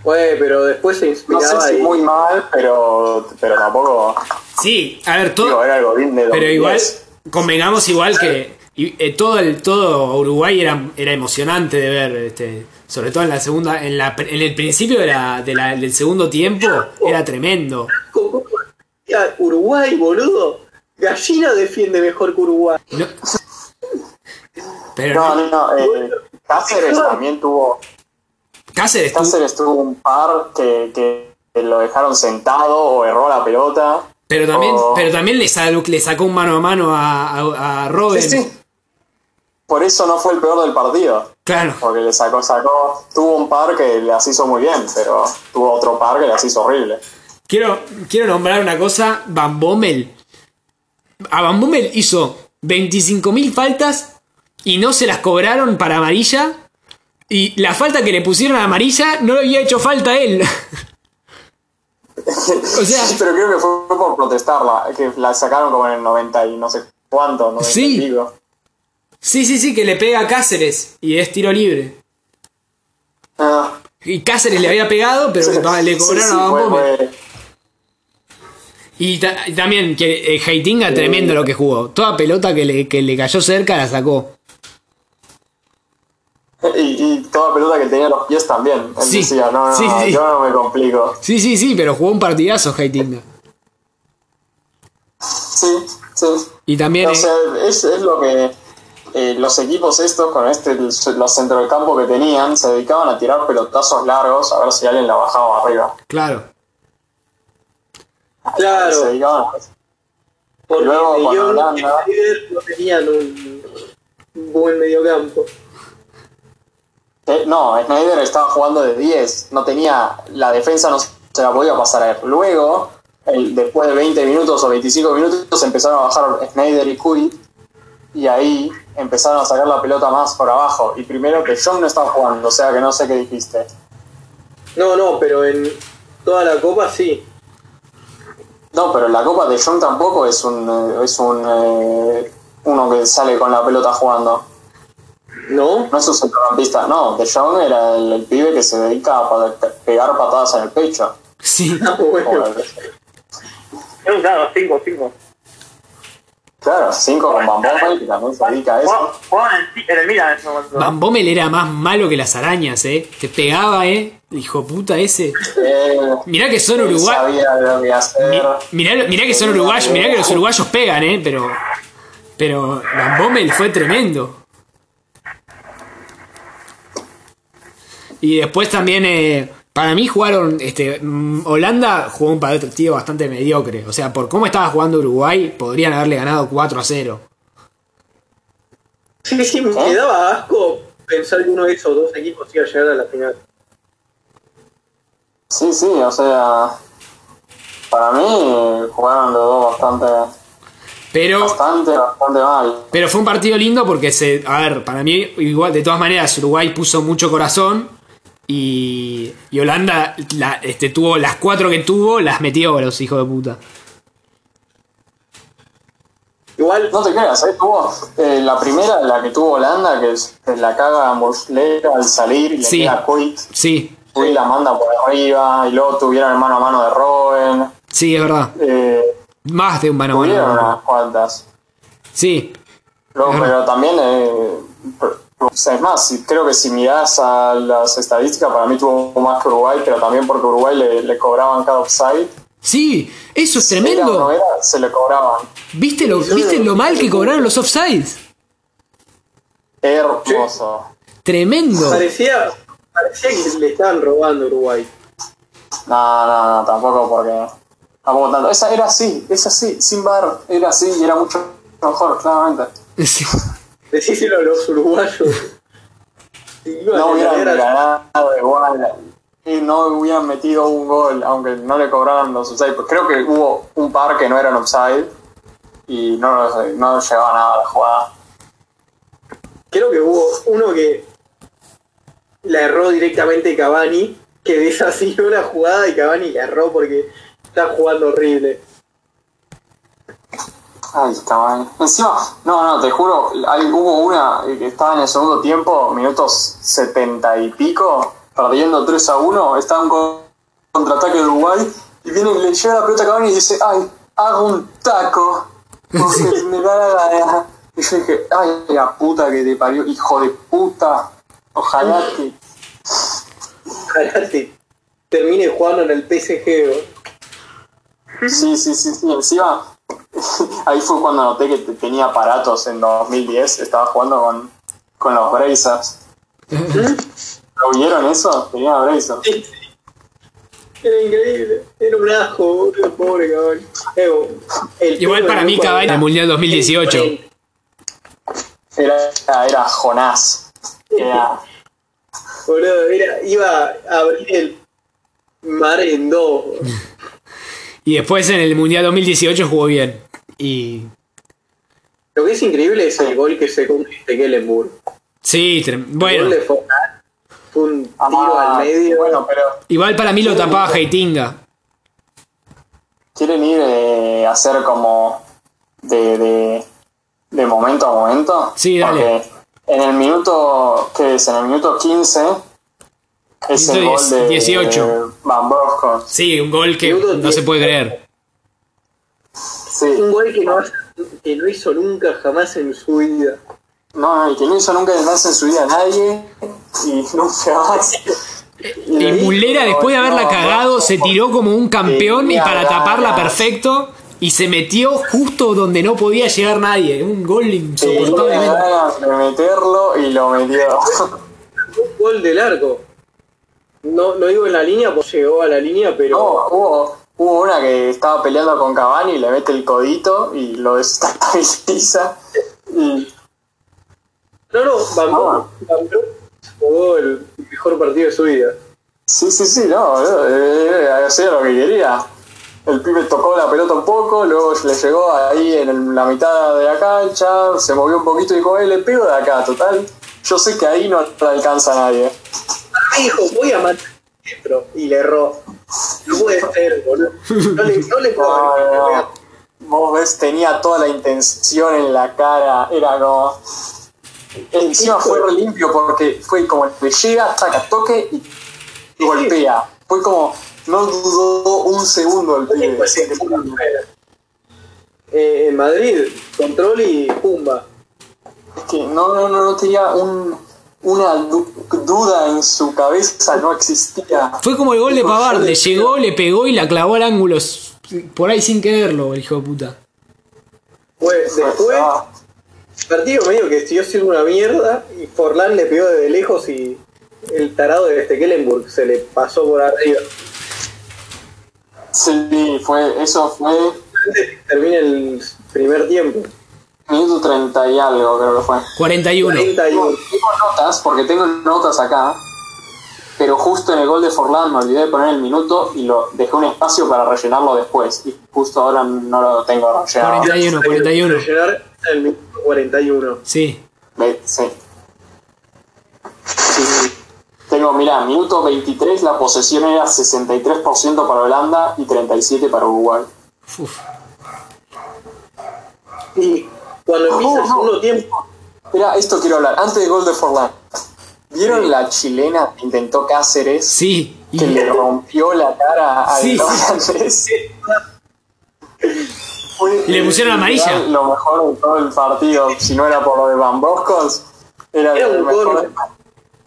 S2: Güey, pero después se
S3: No
S2: inspiraba
S3: sé si
S2: y-
S3: muy mal, pero, pero tampoco.
S1: Sí, a ver,
S3: Digo, eh,
S1: todo.
S3: era el Godín de
S1: Pero igual,
S3: 2010.
S1: convengamos igual que y, eh, todo el todo Uruguay era, era emocionante de ver, este, sobre todo en la segunda, en, la, en el principio de la- de la- del segundo tiempo era tremendo.
S2: ¿Cómo- cómo- Ya, Uruguay, boludo. Gallina defiende mejor que Uruguay.
S1: No- pero
S3: No,
S1: no,
S3: no, no. eh, Cáceres también tuvo.
S1: Cáceres tuvo-
S3: Cáceres tuvo un par que, que lo dejaron sentado o erró la pelota.
S1: pero también,
S3: Oh.
S1: pero también le, sal- le sacó un mano a mano a, a, a Robben.
S3: Sí, sí. Por eso no fue el peor del partido.
S1: Claro.
S3: Porque le sacó, sacó. Tuvo un par que las hizo muy bien, pero tuvo otro par que las hizo horrible.
S1: Quiero, quiero nombrar una cosa, Van Bommel. A Van Bommel hizo 25.000 faltas y no se las cobraron para amarilla. Y la falta que le pusieron a amarilla no le había hecho falta a él. o sea,
S3: Sí, pero creo que fue por protestarla, que la sacaron como en el 90 y no sé cuánto, no
S1: Sí.
S3: digo.
S1: sí, sí, sí, que le pega a Cáceres y es tiro libre.
S3: Ah,
S1: Y Cáceres le había pegado, pero
S3: sí,
S1: le, le
S3: sí,
S1: cobraron
S3: sí,
S1: a Van
S3: fue-
S1: Bommel.
S3: fue-
S1: Y, ta- y también que eh, Heitinga tremendo lo que jugó. Toda pelota que le, que le cayó cerca la sacó.
S3: tenía los pies también. Él
S1: Sí.
S3: decía, no, no,
S1: Sí,
S3: no,
S1: sí.
S3: yo no me complico.
S1: Sí, sí, sí, pero jugó un partidazo Haitinga.
S3: Sí, sí.
S1: Y también.
S3: O
S1: eh,
S3: sea, es, es lo que eh, los equipos estos con este los centrocampo que tenían se dedicaban a tirar pelotazos largos a ver si alguien la bajaba arriba.
S1: claro.
S3: Se
S2: Claro,
S3: dedicaban a-
S2: porque
S3: luego con
S2: Guión y
S3: Holanda.
S2: River no tenían un un buen mediocampo.
S3: Eh, no, Snyder estaba jugando de 10, no tenía la defensa no se la podía pasar a él. Luego, el- después de 20 minutos o 25 minutos empezaron a bajar Snyder y Cuy y ahí empezaron a sacar la pelota más por abajo y primero que John no estaba jugando, o sea que no sé qué dijiste.
S2: No, no, pero en toda la copa sí.
S3: No, pero la copa de John tampoco es un eh, es un eh, uno que sale con la pelota jugando.
S2: ¿No?
S3: No es un centrocampista, no, de Jong era el, el pibe que se dedica a pa- pegar patadas en el pecho.
S1: Sí.
S2: Ah, bueno.
S3: Como el-
S4: Es un claro, 5, 5.
S3: Claro, 5 con Van Bommel, que también se dedica a eso.
S4: Jugaban en el- en el Milan en ese momento.
S1: Van Bommel era más malo que las arañas, ¿eh? Te pegaba, ¿eh? Hijo puta ese.
S3: Él,
S1: Mirá que son
S3: él
S1: uruguayos.
S3: Eh, sabía lo que hacer.
S1: Mirá, mirá que son uruguayos. Mirá que los uruguayos pegan, ¿eh? Pero. Pero Van Bommel fue tremendo. Y después también. eh, para mí jugaron. Este, mm, Holanda jugó un partido bastante mediocre. O sea, por cómo estaba jugando Uruguay, podrían haberle ganado 4 a 0.
S2: Sí, sí, me daba asco pensar que uno de esos dos equipos iba a llegar a la final.
S3: Sí, sí, o sea. Para mí eh, jugaron los dos bastante,
S1: Pero.
S3: bastante, bastante mal.
S1: Pero fue un partido lindo porque se. A ver, para mí, igual, de todas maneras, Uruguay puso mucho corazón. Y. y Holanda la- este, tuvo las cuatro que tuvo, las metió los hijos de puta.
S2: Igual,
S3: No te creas, ¿eh? tuvo eh, la primera, la que tuvo Holanda, que es- que la caga a Muslera al salir y le
S1: Sí.
S3: queda Quick.
S1: Sí,
S3: Quick la manda por arriba y luego tuvieron el mano a mano de Robben.
S1: sí, es verdad.
S3: Eh,
S1: Más de un mano a mano.
S3: tuvieron unas cuantas.
S1: Sí,
S3: Luego,
S1: Claro.
S3: pero también, eh, pr- o sea, es más, si- creo que si mirás a las estadísticas, para mí tuvo más que Uruguay, pero también porque Uruguay le, le cobraban cada offside.
S1: sí, eso es
S3: Era o no eh.
S1: tremendo.
S3: era, se le cobraban.
S1: ¿Viste lo, ¿viste lo mal que cobraron los offsides?
S3: Hermoso.
S1: Tremendo.
S2: parecía, parecía que le estaban robando a Uruguay.
S3: No, no, no, tampoco porque. Tampoco tanto. Esa era así, esa sí, sin bar, era así y era mucho mejor, claramente.
S1: Sí.
S2: Decíselo a los uruguayos. Si iban
S3: No
S2: a
S3: hubieran
S2: ganar a-
S3: ganado igual. Y no hubieran metido un gol, aunque no le cobraron los offside. Pues creo que hubo un par que no eran offside y no, los- no llegaba nada a la jugada.
S2: Creo que hubo uno que la erró directamente Cavani, que desasignó la jugada y Cavani la erró porque está jugando horrible.
S3: Ay, cabrón. Encima, no, no, te juro, hay- hubo una eh, que estaba en el segundo tiempo, minutos setenta y pico, perdiendo 3 a 1, está un con- contraataque de Uruguay, y viene, le llega la pelota a Cavani y dice, ay, hago un taco, porque me da la gana. Y yo dije, ay, la puta que te parió, hijo de puta, ojalá que...
S2: Ojalá te- termine jugando en el PSG. ¿no?
S3: Sí, sí, sí, sí, encima, ahí fue cuando noté que te- tenía aparatos en 2010, estaba jugando con, con los Brazers. ¿Lo vieron eso? Tenía Brazers.
S2: Sí, sí. Era increíble. Era un ajo, boludo, pobre Cavani. Evo, el
S1: Igual
S2: todo
S1: para
S2: el
S1: mí
S2: grupo
S1: Cavani
S2: era
S1: en el Mundial 2018.
S3: Era, era Jonás. Era,
S2: Boludo, era- iba a abrir el mar en dos. boludo.
S1: Y después en el Mundial 2018 jugó bien. Y.
S2: Lo que es increíble es el gol que se come este Kellenburg.
S1: Sí, trem-
S2: El
S1: bueno.
S2: gol de Fornal fue un tiro
S3: Ah,
S2: al medio.
S3: Bueno, pero
S1: Igual para mí lo tapaba Haitinga.
S3: ¿quieren ir eh, a hacer como de, de, de momento a momento?
S1: Sí, dale.
S3: Porque en el minuto, ¿qué es? En el minuto 15 es el
S1: Minuto
S3: gol de
S1: 18.
S3: Van Bosco.
S1: Sí, un gol que
S2: Minuto
S1: no se
S2: 10.
S1: puede creer.
S3: Sí.
S2: un gol que no, que no hizo nunca jamás en su vida.
S3: No, no, y que no hizo nunca descanso en su vida a nadie y nunca más. Y
S1: Y
S3: ahí,
S1: Muslera,
S3: no,
S1: después de haberla
S3: no,
S1: cagado,
S3: no,
S1: se tiró como un campeón y
S3: Tenía
S1: para taparla
S3: ganas.
S1: perfecto. Y se metió justo donde no podía llegar nadie. Un gol
S3: tenía
S1: insoportablemente.
S3: ganas de meterlo y lo metió.
S2: Un gol del arco. No, no digo en la línea, pues llegó a la línea, pero.
S3: No, hubo, hubo una que estaba peleando con Cavani y le mete el codito y lo desestabiliza. Y
S2: No, no, Van
S3: Ah.
S2: Brom- Van Brom jugó el mejor partido de su vida.
S3: sí, sí, sí, no, boludo, eh, eh, hacía lo que quería. El pibe tocó la pelota un poco, luego le llegó ahí en el- la mitad de la cancha, se movió un poquito y dijo, eh, le pego de acá, total. Yo sé que ahí no la alcanza nadie.
S2: ¡Ay, hijo! Voy a matar dentro. Y le erró. No puede ser, boludo. No le, no le puedo
S3: No, Ah, no,
S2: agregar.
S3: no. Vos ves, tenía toda la intención en la cara, era como... Encima fue re limpio porque fue como le llega, saca toque y golpea. Fue como, no dudó un segundo el pibe.
S2: Pues sí, Eh, en Madrid, control y pumba.
S3: Es que no, no, no, no tenía un, una du- duda en su cabeza, no existía.
S1: Fue como el gol de
S3: Dijo, yo
S1: Pavard.
S3: le
S1: Le llegó, le pegó y la clavó al ángulo. s- Por ahí sin quererlo, el hijo de puta.
S2: Fue, después,
S3: Ah,
S2: el partido medio que siguió siendo una mierda y Forlán le pegó desde lejos y el tarado de Stekelenburg se le pasó por arriba.
S3: sí, fue, eso fue
S2: Termina el primer tiempo.
S3: minuto 30 y algo, creo que fue.
S1: 41.
S2: 31.
S3: Tengo, tengo notas, porque tengo notas acá, pero justo en el gol de Forlán me olvidé de poner el minuto y lo dejé un espacio para rellenarlo después. Y justo ahora no lo tengo rellenado.
S1: 41, 41.
S2: Llegar al minuto 41.
S1: Sí.
S3: Ve- Sí. Sí. Tengo, mirá, minuto 23, la posesión era 63% para Holanda y 37% para Uruguay.
S1: Uf.
S2: Y cuando empieza el
S3: No, no.
S2: segundo tiempo,
S3: Mira, esto quiero hablar. Antes del gol de Forlán, ¿vieron la chilena que intentó Cáceres?
S1: Sí. Y-
S3: Que le rompió la cara al
S1: Sí.
S3: holandés. Fue
S1: Le pusieron amarilla.
S3: Lo mejor de todo el partido, si no era por lo de Van Boscos, era,
S2: Era
S3: lo
S2: un
S3: mejor.
S2: gol.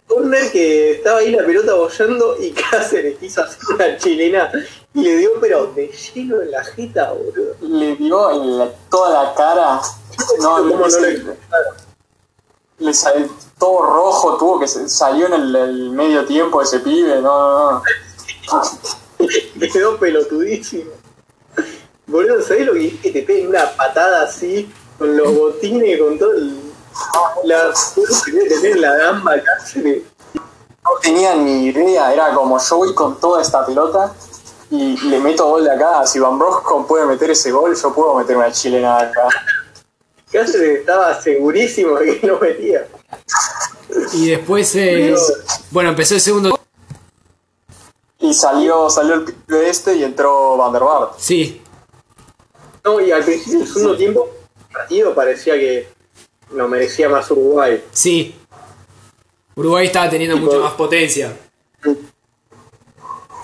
S2: Corner que estaba ahí la pelota bollando y Cáceres quiso hacer una chilena y le dio pero de lleno en la jeta, boludo.
S3: Le dio en la- toda la cara. No,
S2: ¿Cómo no
S3: le,
S2: le-
S3: le salió todo rojo, tuvo que se- salió en el, el medio tiempo ese pibe. No, no, no.
S2: Le quedó pelotudísimo. Boludo, ¿sabés lo que es que te peguen una patada así con los botines, con todo el... La fuerza que debe tener la gamba Cáceres.
S3: no tenía ni idea, era como yo voy con toda esta pelota y le meto gol de acá, si Van Brosco puede meter ese gol, yo puedo meter una chilena de acá.
S2: Cáceres estaba segurísimo de que no metía.
S1: Y después, eh, bueno, empezó el segundo.
S3: Y salió, salió el pibe este y entró Van der Vaart.
S1: Sí,
S2: No, y al principio del segundo tiempo, el partido parecía que lo merecía más Uruguay.
S1: sí. Uruguay estaba teniendo mucha más potencia.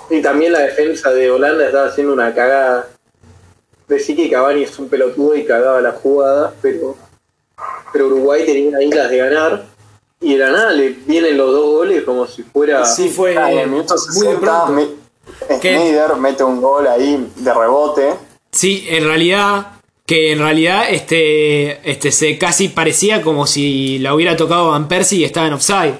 S2: Y también la defensa de Holanda estaba haciendo una cagada. Decí que Cavani es un pelotudo y cagaba las jugadas, pero, pero Uruguay tenía ahí las de ganar. Y de la nada le vienen los dos goles como si fuera.
S1: Sí, fue
S3: Ah, en el
S1: muy
S3: minuto
S1: de
S3: 60,
S1: pronto.
S3: me-
S1: ¿Qué?
S3: Schneider mete un gol ahí de rebote.
S1: Sí, en realidad, que en realidad este, este se casi parecía como si la hubiera tocado Van Persie y estaba en offside.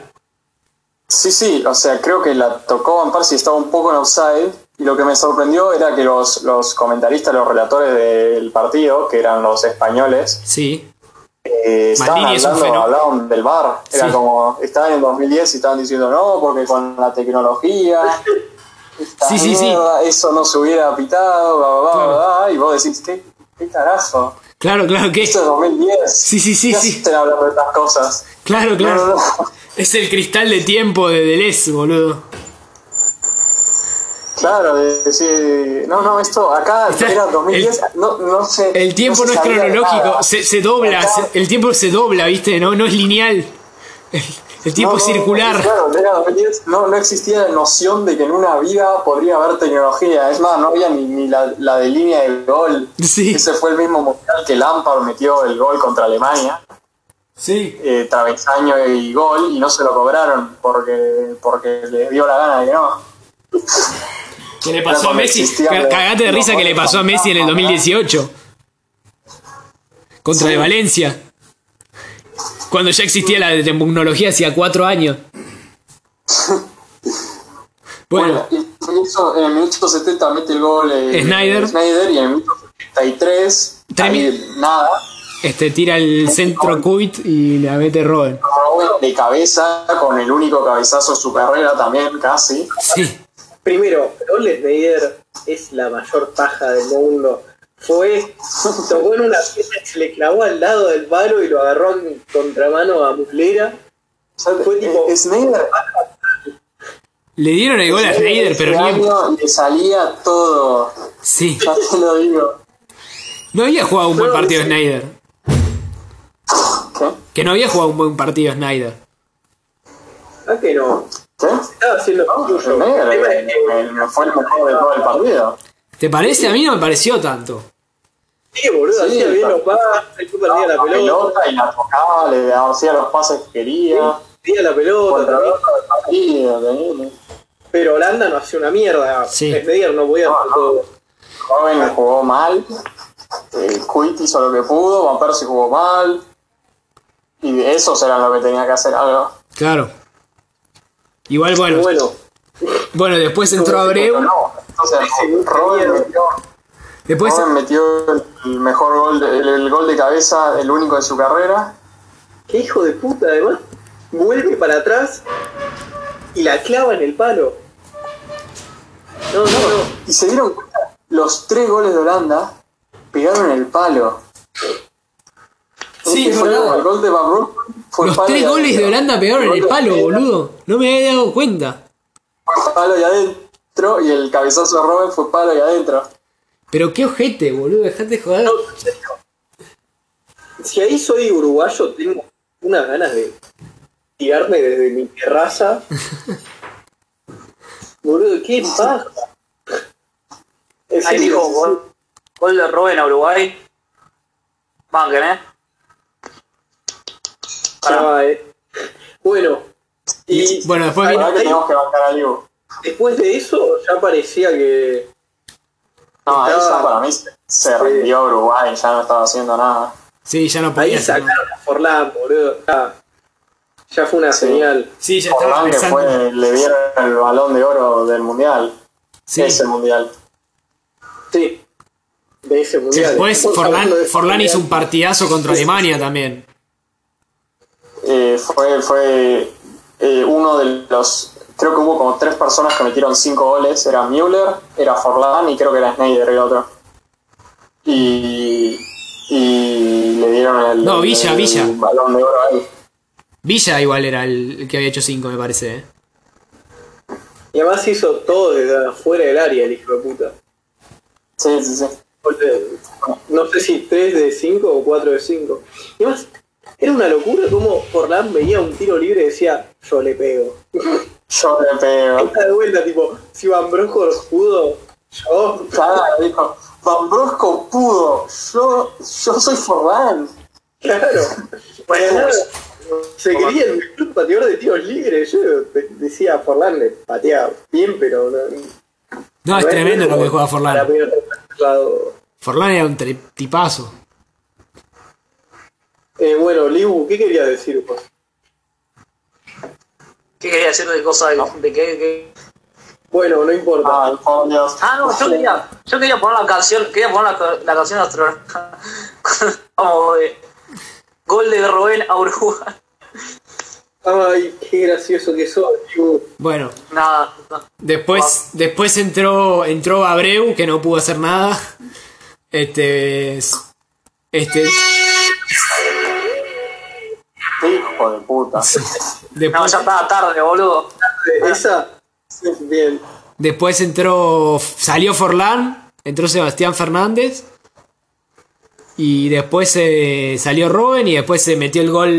S3: Sí, sí, o sea, creo que la tocó Van Persie, estaba un poco en offside. Y lo que me sorprendió era que los, los comentaristas, los relatores del partido, que eran los españoles,
S1: Sí,
S3: Eh, estaban
S1: Maldini es un
S3: hablando,
S1: fenómeno.
S3: hablaban del bar. Era
S1: Sí.
S3: como, estaban en 2010 y estaban diciendo no, porque con la tecnología, esta
S1: Sí, sí, sí.
S3: mierda, eso no se hubiera pitado, bla, bla, bla, bla, bla", y vos decís, ¿qué, qué carajo?
S1: claro, claro que
S3: Esto es 2010.
S1: Sí, sí, sí,
S3: ¿Qué
S1: sí.
S3: hacen hablando de estas cosas?
S1: Claro,
S3: No, no,
S1: claro.
S3: no.
S1: Es el cristal de tiempo de Deleuze, boludo.
S3: Claro, de decir, no, no, esto acá
S1: Está-
S3: era 2010, no, no sé.
S1: El tiempo no,
S3: se
S1: es
S3: sabía
S1: cronológico,
S3: nada.
S1: se, se dobla,
S3: Acá-
S1: se- el tiempo se dobla, ¿viste? No, no es lineal. El, el tiempo
S3: No,
S1: es
S3: no,
S1: circular.
S3: claro, era 2010, no, no existía la noción de que en una vida podría haber tecnología. Es más, no había ni, ni la, la de línea de gol.
S1: Sí.
S3: Ese fue el mismo mundial que Lampard metió el gol contra Alemania.
S1: Sí.
S3: eh, travesaño y gol y no se lo cobraron porque, porque les dio la gana de que no.
S1: Que le pasó
S3: Pero
S1: a Messi.
S3: existía-
S1: Ca- Cagate de
S3: no,
S1: risa que le pasó a Messi en el 2018. Contra
S3: Sí.
S1: el Valencia. Cuando ya existía la tecnología hacía cuatro años. Bueno,
S3: Bueno, y eso, en el minuto 70 mete el gol eh,
S1: Snyder.
S3: Snyder y en el minuto 73
S1: Tres
S3: ahí nada,
S1: este tira el centro Cuit y la mete Robert.
S3: Robben de cabeza con el único cabezazo de su carrera también casi.
S1: Sí.
S2: Primero, Oles Snyder es la mayor paja del mundo. Fue, tocó en una pieza que se le clavó al lado del palo y lo agarró en contramano a Muslera. Fue tipo-
S3: Eh, Snyder
S1: Le dieron el gol a Snyder, Ah, pero
S3: ese
S1: bien.
S3: año le salía todo,
S1: Sí.
S3: ya te lo digo.
S1: No había jugado un buen
S2: Pero
S1: partido
S2: sí.
S1: Snyder.
S3: ¿Qué?
S1: Que no había jugado un buen partido Snyder.
S2: Ah, que no.
S3: ¿Qué?
S2: Estaba haciendo lo
S3: No,
S2: suyo.
S3: Snyder
S2: El tema
S3: eh,
S2: es que-
S3: eh, fue el mejor de todo el partido.
S1: ¿Te parece? A mí no me pareció tanto.
S2: Sí, boludo,
S3: Sí,
S2: hacía bien
S3: está- Ah,
S2: los pases, tú perdías la
S3: la
S2: pelota,
S3: pelota y la tocaba, le hacía los pases que quería.
S2: perdía la pelota
S3: Contra
S2: también.
S3: el partido, tenía-
S2: Pero Holanda no hacía una mierda.
S1: Sí.
S2: Snyder no
S4: Ah,
S2: podía hacer
S3: No, no.
S2: todo.
S3: Joven jugó mal, el Kuit hizo lo que pudo, Van Persie jugó mal, y de esos eran los que tenía que hacer algo.
S1: Claro. Igual, bueno.
S2: Bueno,
S1: Bueno, después entró Abreu.
S3: Pero no, entonces Robben metió,
S1: Después,
S3: Robben metió el- el mejor gol, de- el, el gol de cabeza, el único de su carrera.
S2: qué hijo de puta, además. Vuelve para atrás y la clava en el palo. No, no, no.
S3: Y se dieron cuenta, los tres goles de Holanda pegaron el palo.
S1: Sí,
S3: Este
S1: es
S3: fue
S1: verdad.
S3: el gol de Van Broek fue
S1: los
S3: palo y
S1: tres goles de
S3: adentro.
S1: Holanda pegaron en el
S3: gol de
S1: palo,
S3: Pereira
S1: boludo. No me había dado cuenta.
S3: Fue palo y adentro, y el cabezazo de Robben fue palo y adentro.
S1: Pero qué ojete, boludo. Dejate de joder.
S2: Si ahí soy uruguayo, tengo unas ganas de tirarme desde mi terraza. Boludo, qué paja. En
S4: Ahí
S2: serio,
S4: dijo, gol, gol de Robben a Uruguay. Banquen, ¿eh?
S2: Ah, eh. Bueno, y
S1: Bueno, después
S3: La
S1: vino.
S3: verdad que tenemos que bancar a Liu.
S2: después de eso ya parecía que
S3: No,
S2: Estaba-
S3: eh. ahí ya Ah, para mí se- se rindió Uruguay, ya no estaba haciendo nada.
S1: Sí, ya no
S2: ahí
S1: podía. hacer nada.
S2: sacaron a Forlán, boludo. Ya, ya fue una
S3: Sí.
S2: señal.
S1: Sí, ya estaba
S3: Forlán que
S1: pensando.
S3: fue, le dieron el balón de oro del mundial.
S1: Sí.
S3: Ese mundial.
S2: Sí, de ese mundial.
S1: Después
S2: Estamos
S1: Forlán,
S2: hablando de ese
S1: Forlán hizo un
S2: mundial.
S1: partidazo contra Alemania también.
S3: Eh, fue fue eh, uno de los. Creo que hubo como tres personas que metieron cinco goles. Era Müller, era Forlán y creo que era Schneider el otro. Y. Y le dieron el,
S1: No, Villa,
S3: el
S1: Villa.
S3: balón de oro ahí.
S1: Villa igual era el, el que había hecho 5, me parece. ¿eh?
S2: Y además hizo todo desde afuera del área, el hijo de puta.
S3: Sí, sí, sí.
S2: O sea, No sé si 3 de 5 o 4 de 5. Y además, era una locura como Forlán veía un tiro libre y decía, yo le pego.
S3: Yo le
S1: Ah.
S3: pego.
S2: Está de vuelta, tipo, si Van Bronckhorst pudo, yo...
S3: Claro, dijo, Van Brosco pudo, yo, yo soy Forlán.
S2: Claro.
S4: Bueno,
S2: Se quería el mejor pateador de tiros libres. Yo pe- decía Forlán le pateaba bien, pero no,
S1: No, Ah, es tremendo lo que juega
S2: Para
S1: Forlán.
S2: mí era otro lado.
S1: Forlán era un tre- tipazo.
S2: Eh, bueno, Liu, ¿qué querías decir vos?
S4: ¿Qué quería decir de cosas de, de qué- qué?
S2: Bueno, no importa.
S3: Ay, por Dios.
S4: Ah, no, yo quería, yo quería poner la canción, quería poner la, ca- la canción de Astro. Como de. Gol de Rubén a Uruguay.
S2: Ay, qué gracioso que sos, Liu.
S1: Bueno,
S4: Nada, no.
S1: después, después entró, entró Abreu, que no pudo hacer nada. Este. Este.
S3: Hijo de puta.
S4: No,
S1: Después,
S4: ya estaba tarde, boludo.
S3: Ah.
S2: Eh, Esa es bien.
S1: después entró. Salió Forlán, entró Sebastián Fernández. Y después eh, salió Robben y después se metió el gol.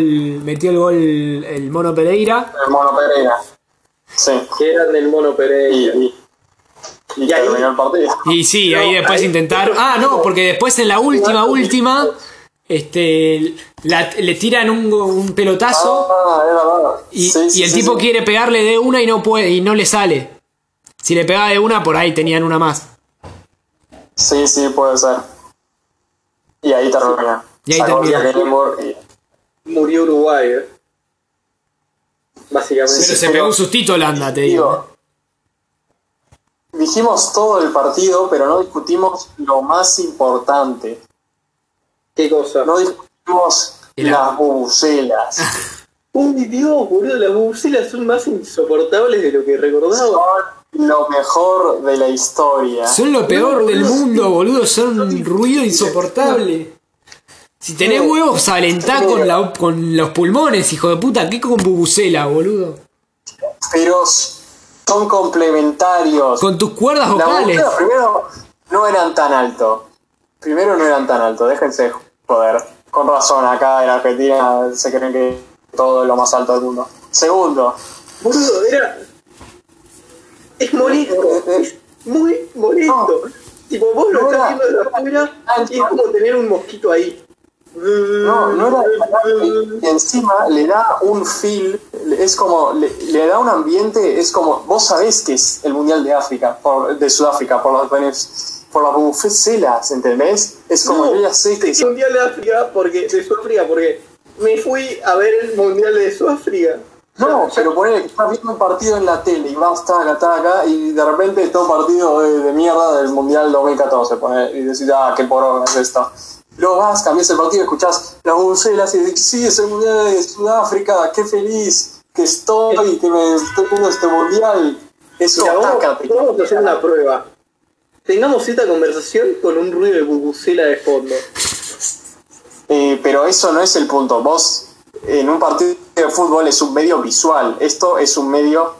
S1: Metió el gol el mono Pereira.
S3: El mono Pereira. Sí.
S2: Que eran del mono
S3: Y,
S2: Pereira.
S3: y, y
S2: Y ahí-
S3: terminó el partido.
S1: Y sí, ahí
S2: No,
S1: después
S2: ahí-
S1: intentar. Ah, no, porque después en la última, última. este, la- le tiran un, un pelotazo
S3: Ah, es verdad.
S1: y,
S3: Sí, sí,
S1: y el
S3: sí,
S1: tipo
S3: sí.
S1: quiere pegarle de una y no puede, y no le sale. Si le pegaba de una, por ahí tenían una más.
S3: Sí, sí, puede ser. Y ahí termina.
S1: Y ahí
S3: Sacó
S1: termina.
S3: a Gilmour y-
S2: Murió Uruguay, eh. Básicamente.
S1: Pero
S3: Sí,
S1: se
S3: pero-
S1: pegó un sustito Holanda, te digo.
S3: Digo, dijimos todo el partido, pero no discutimos lo más importante.
S2: ¿Qué cosa?
S3: No discutimos
S1: El
S3: las
S1: Ah.
S3: bubucelas.
S2: Uy, Dios, boludo, las bubucelas son más insoportables de lo que
S1: Ah.
S2: recordaba.
S3: Son lo mejor de la historia.
S1: Son lo peor
S2: No,
S1: del
S2: boludo,
S1: mundo, boludo. Son un ruido insoportable. Si tenés huevos, alentá con, la- con los pulmones, hijo de puta. ¿Qué con bubucela, boludo?
S3: Pero son complementarios.
S1: Con tus cuerdas
S3: Las
S1: vocales.
S3: bubucelas primero no eran tan alto. Primero no eran tan alto, déjense de joder. Con razón, acá en Argentina se creen que todo es lo más alto del mundo. Segundo,
S2: Boludo, era. Es molesto. Es muy molesto. Tipo, vos lo
S3: No
S2: estás
S3: era-
S2: viendo desde afuera y es como tener un mosquito ahí.
S3: No, no era y encima le da un feel, es como, le, le da un ambiente, es como, vos sabés que es el Mundial de África, por, de Sudáfrica, por las benef- por las bubucelas, ¿entendés? Es como, yo ya sé que
S2: el Mundial de África porque, de Sudáfrica porque me fui a ver el Mundial de Sudáfrica.
S3: No, pero ponele que estás viendo un partido en la tele y vas hasta acá, hasta acá, y de repente está un partido de, de mierda del Mundial 2014, ponele, y decís, ah, qué poronga es esto. Luego vas, cambias el partido, escuchás las bubucelas y decís, sí, es el Mundial de Sudáfrica, qué feliz que estoy, que me estoy viendo este Mundial. Es
S2: Mira,
S3: una
S2: vamos,
S3: caca, te-
S2: vamos a hacer una prueba. Tengamos esta conversación con un ruido de bubucela de fondo.
S3: Eh, pero eso no es el punto. Vos, en un partido de fútbol es un medio visual, esto es un medio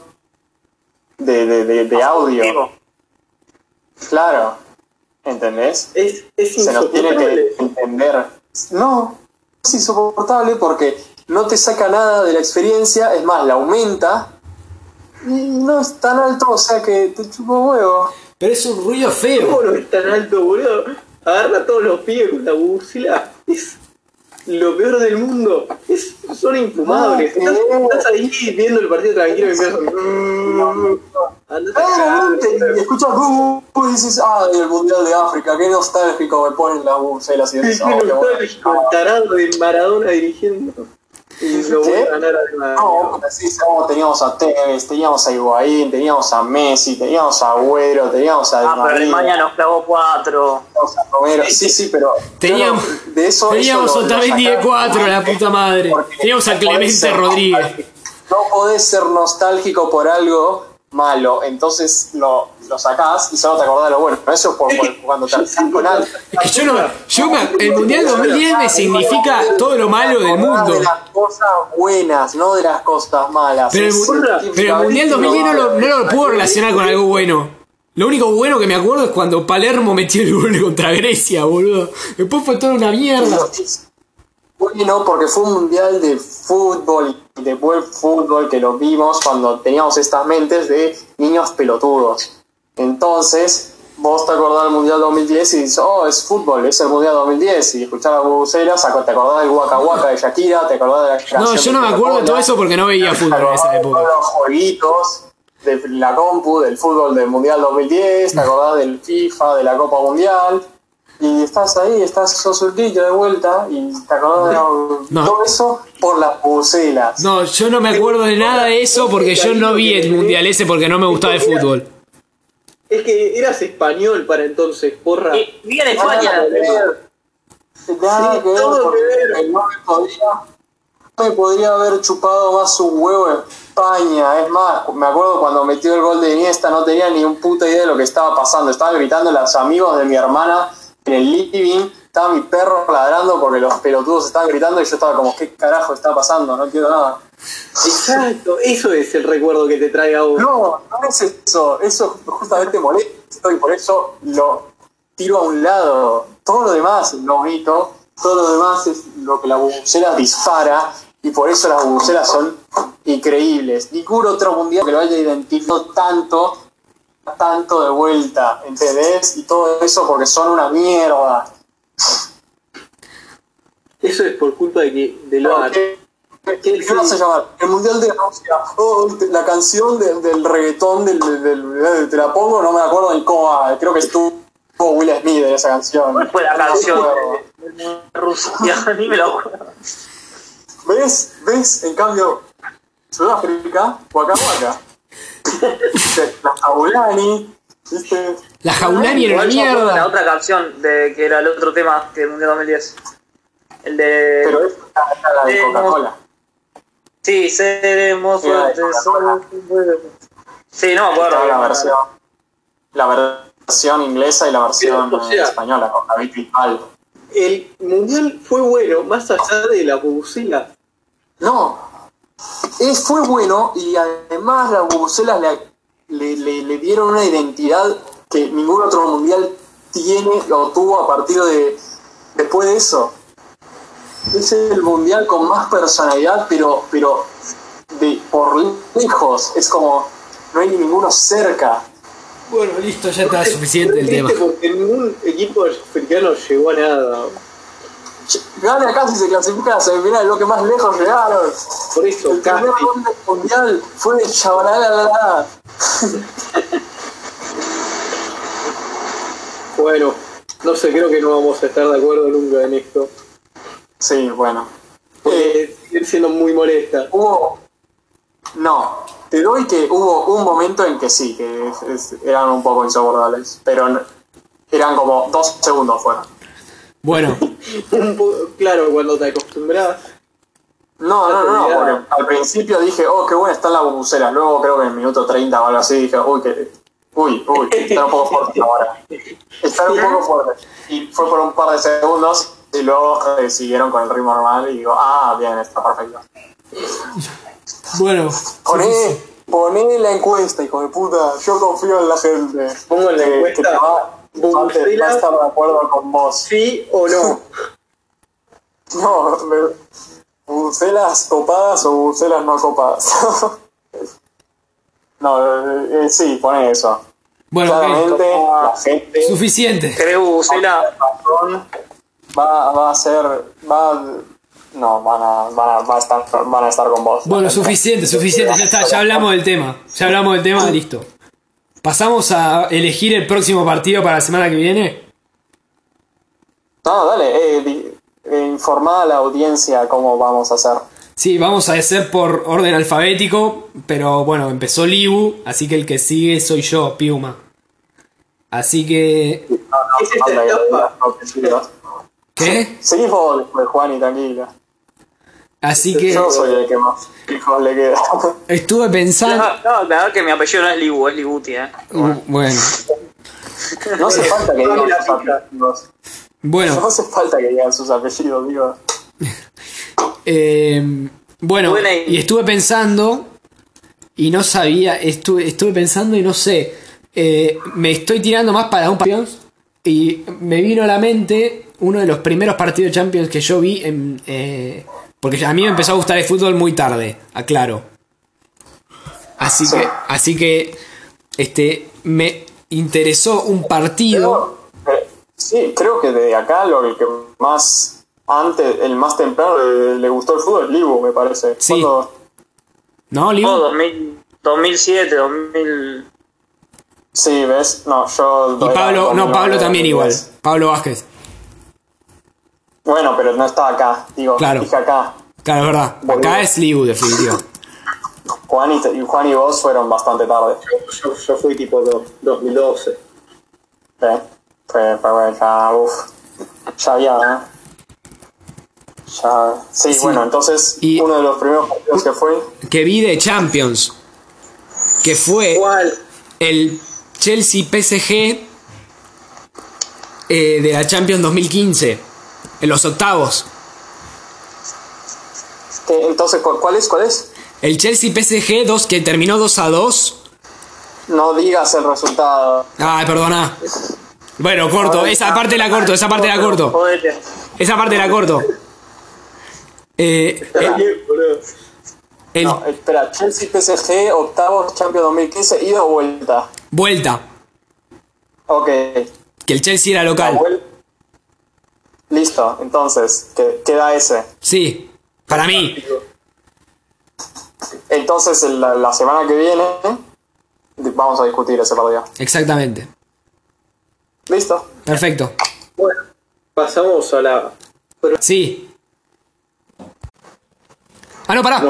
S3: de, de- de- de audio.
S4: Digo,
S3: Claro, ¿entendés?
S2: Es, es
S3: Se nos tiene que
S2: insoportable.
S3: entender. No, es insoportable porque no te saca nada de la experiencia, es más, la aumenta y no es tan alto, o sea que te chupa un huevo.
S1: Pero es un ruido
S2: ¿Cómo
S1: feo.
S2: no es tan alto, boludo? Agarra a todos los pibes con la bubucela. Es lo peor del mundo. Es, son infumables.
S3: Ah,
S2: estás,
S3: no.
S2: estás ahí viendo el partido tranquilo y empiezas.
S3: No.
S2: a
S3: Claramente, y escuchas "Uh, uh", y dices, ah, el Mundial de África, qué nostálgico me ponen las bucelas y dices, "Ah, qué bueno".
S2: el tarado de Maradona dirigiendo. Y lo voy
S3: ¿Qué?
S2: a ganar además.
S3: No, así es, como teníamos a Tevez, teníamos a Higuaín, teníamos a Messi, teníamos a Agüero, teníamos a Di
S4: ah, pero
S3: María.
S4: Alemania nos clavó cuatro.
S3: O sea, Romero, sí, sí, pero.
S1: Teníamos-
S3: yo no- de eso,
S1: Teníamos
S3: eso lo- lo
S1: Otamendi de
S3: sacaron.
S1: 4, la puta madre.
S3: Porque
S1: Teníamos a
S3: no podés
S1: Clemente
S3: ser
S1: Rodríguez.
S3: nostálgico. No podés ser nostálgico por algo malo, entonces lo, lo sacás y solo te acordás de lo bueno. Pero eso es por, por- cuando te arrancás con algo.
S1: Es que yo no. Yo me- el Mundial 2010 me significa todo lo malo del mundo.
S3: De las cosas buenas, no de las cosas malas.
S1: Pero el,
S3: Es
S1: mu- pero el Mundial 2010 no lo, no lo puedo relacionar con algo bueno. Lo único bueno que me acuerdo es cuando Palermo metió el gol contra Grecia, boludo. Después fue toda una mierda.
S3: Bueno, porque fue un mundial de fútbol, de buen fútbol que lo vimos cuando teníamos estas mentes de niños pelotudos. Entonces, vos te acordás del mundial 2010 y dices, oh, es fútbol, es el mundial 2010. Y escuchar a Bubucela, te acordás del Waka Waka de Shakira, te acordás de la
S1: No, yo
S3: canción
S1: no me
S3: Coca-Cola,
S1: acuerdo de todo eso porque no veía
S3: te
S1: fútbol en
S3: acordás
S1: esa
S3: de
S1: época.
S3: Todos los jueguitos de la compu, del fútbol del mundial 2010, te acordás del FIFA, de la Copa Mundial y estás ahí, estás sos un niño de vuelta y te acordás de
S1: No.
S3: todo eso por las bucelas.
S1: No, yo no me acuerdo de nada de eso porque yo no vi el Mundial ese porque no me gustaba el fútbol.
S2: Es que eras español para entonces, porra.
S3: Eh,
S4: Y bien
S3: Nada
S4: España.
S3: que ver. Nada
S2: Sí,
S3: que ver,
S2: todo
S3: porque
S2: que ver.
S3: No me podría, no me podría haber chupado más un huevo en España. Es más, me acuerdo cuando metió el gol de Iniesta, no tenía ni un puta idea de lo que estaba pasando. Estaban gritando los amigos de mi hermana en el living. Estaba mi perro ladrando porque los pelotudos estaban gritando y yo estaba como, ¿qué carajo está pasando? No quiero nada.
S2: Exacto, eso es el recuerdo que te trae a vos.
S3: No, no es eso. Eso justamente molesto y por eso lo tiro a un lado. Todo lo demás lo omito. Todo lo demás es lo que la bubucela dispara y por eso las bubucelas son increíbles. Ningún otro mundial que lo haya identificado tanto, tanto de vuelta, ¿entendés? Y todo eso porque son una mierda.
S2: eso es por culpa de que, del VAR.
S3: ¿Qué, qué vas a llamar? El Mundial de Rusia. Oh, la canción de- del reggaetón del, del- del- eh, Te la pongo, no me acuerdo ni cómo va. Creo que estuvo Will Smith en esa canción.
S4: ¿Cuál fue la
S3: No me
S4: canción
S3: acuerdo.
S4: del mundo ruso? Ni me lo acuerdo.
S3: ¿Ves? ¿Ves? En cambio, Sudáfrica, Waka Waka. Viste, la Jaulani, ¿viste?
S1: La Jaulani era una
S4: Igual yo me acuerdo de La
S1: mierda.
S4: otra canción de que era el otro tema que Mundial 2010. El de.
S3: Pero es la, la de Coca-Cola.
S4: Sí, seremos
S3: Sí, la de
S4: fuertes.
S3: Coca-Cola.
S4: solo- Sí, no me acuerdo.
S3: Está la versión, la versión inglesa y la versión
S2: Pero, o sea,
S3: eh, española con David Bisbal.
S2: El mundial fue bueno, más allá de la bubucela.
S3: No, es, fue bueno y además las bubucelas le, le- le- le dieron una identidad que ningún otro mundial tiene o tuvo a partir de después de eso. Es el mundial con más personalidad, pero, pero de por lejos. Es como no hay ninguno cerca.
S1: Bueno, listo, ya está suficiente el
S2: Triste
S1: tema.
S2: Porque ningún equipo africano llegó a nada.
S3: Gana casi se clasifica a la semifinal, lo que más lejos llegaron.
S2: Por eso,
S3: El
S2: casi.
S3: primer gol del mundial fue de Chabalalala.
S2: Bueno, no sé, creo que no vamos a estar de acuerdo nunca en esto.
S3: Sí, bueno. Eh,
S2: Porque sigue siendo muy molesta.
S3: Hubo. No, te doy que hubo un momento en que sí, que es- es- eran un poco insoportables, pero n- eran como dos segundos fuera.
S1: Bueno,
S2: Un po- claro, cuando te acostumbras.
S3: No, no, no, no,
S2: Olvidado.
S3: porque al principio dije, oh, qué buena están las bubuceras. Luego creo que en el minuto 30 o algo así dije, uy, que. Uy, uy, están un poco fuertes ahora. Están un poco fuertes. Y fue por un par de segundos y luego eh, siguieron con el ritmo normal y digo, ah, bien, está perfecto.
S1: bueno.
S3: Poné, poné la encuesta, hijo de puta. Yo confío en la gente. Eh,
S2: Pongo en la
S3: Que- que
S2: encuesta,
S3: te va- te va
S2: Bubucela.
S3: va a estar de acuerdo con vos.
S2: ¿Sí o no?
S3: No, me- bucelas copadas o bucelas no copadas. no, eh, eh, sí, poné eso.
S1: Bueno, ok.
S3: Claramente, la gente
S1: Suficiente.
S4: Creo, Usela.
S3: va, va a ser. Va, no, van a, van, a, va a estar, van a estar con vos.
S1: Bueno, suficiente, suficiente, ya está, ya hablamos del tema. Ya hablamos del tema, listo. ¿Pasamos a elegir el próximo partido para la semana que viene?
S3: No, dale, eh, di- eh, informá a la audiencia cómo vamos a hacer.
S1: Sí, vamos a hacer por orden alfabético, pero bueno, empezó Libu, así que el que sigue soy yo, Piuma. Así que...
S2: ¿Es esta
S3: Anda,
S2: etapa?
S3: no, que sigas.
S1: ¿Qué?
S3: Seguís vos después, Juan, y tranquila.
S1: Así que
S3: Yo soy el que más hijos le queda.
S1: estuve pensando...
S4: Ah, No, no, la verdad que mi apellido no es Libu, es Libuti, eh.
S1: Bueno,
S3: No hace falta que digan
S2: Dame la
S3: sus apellidos. No
S1: bueno,
S3: hace falta que digan sus apellidos, digo.
S1: eh, bueno,
S4: Buena idea.
S1: y estuve pensando y no sabía, estuve, estuve pensando y no sé, eh, me estoy tirando más para un Champions y me vino a la mente uno de los primeros partidos de Champions que yo vi, en, eh, porque a mí me empezó a gustar el fútbol muy tarde, aclaro. Así que, así que, este, me interesó un partido.
S3: Creo- eh, sí, creo que de acá lo el que más antes, el más temprano eh, le, le gustó el fútbol es Libu, me parece.
S1: Sí.
S3: Cuando-
S1: ¿No, Liu?
S4: Oh, 2000, 2007, 2000.
S3: sí, ves, no, yo
S1: Y
S3: doy la
S1: Pablo, no, Pablo
S3: 2009,
S1: también igual.
S3: 2010.
S1: Pablo Vázquez.
S3: Bueno, pero no está acá, digo,
S1: Claro.
S3: dije acá.
S1: Claro, es verdad. Acá es Liu, definitivo.
S3: Juan y, y Juan y vos fueron bastante tarde.
S2: Yo, yo fui tipo do- 2012.
S3: Eh, fue, fue, bueno, ya, uf, ya había, ¿eh? Ya, sí,
S1: Sí.
S3: bueno, entonces,
S1: Y-
S3: uno de los primeros partidos que fue,
S1: Que vi de Champions. Que fue
S2: ¿Cuál?
S1: el Chelsea PSG eh, de la Champions 2015. En los octavos.
S3: que- entonces, ¿cu- ¿cuál es, cuál es?
S1: El Chelsea PSG 2 que terminó 2 a 2.
S3: No digas el resultado.
S1: Ay, perdona. Bueno, corto. Esa parte la corto, esa parte la corto.
S4: Jodete.
S1: Esa parte la corto. Eh,
S2: Está
S1: eh,
S2: bien, boludo.
S1: el,
S3: No, eh. espera, Chelsea PSG, octavos, Champions 2015, ida o vuelta.
S1: vuelta.
S3: Ok,
S1: Que el Chelsea era
S3: la
S1: local.
S3: vuelta. Listo, entonces, que- queda ese.
S1: Sí, para mí.
S3: Entonces, el- la, la semana que viene, vamos a discutir ese partido.
S1: Exactamente.
S3: Listo.
S1: Perfecto.
S2: Bueno, pasamos a la
S1: Sí. Ah, no, pará.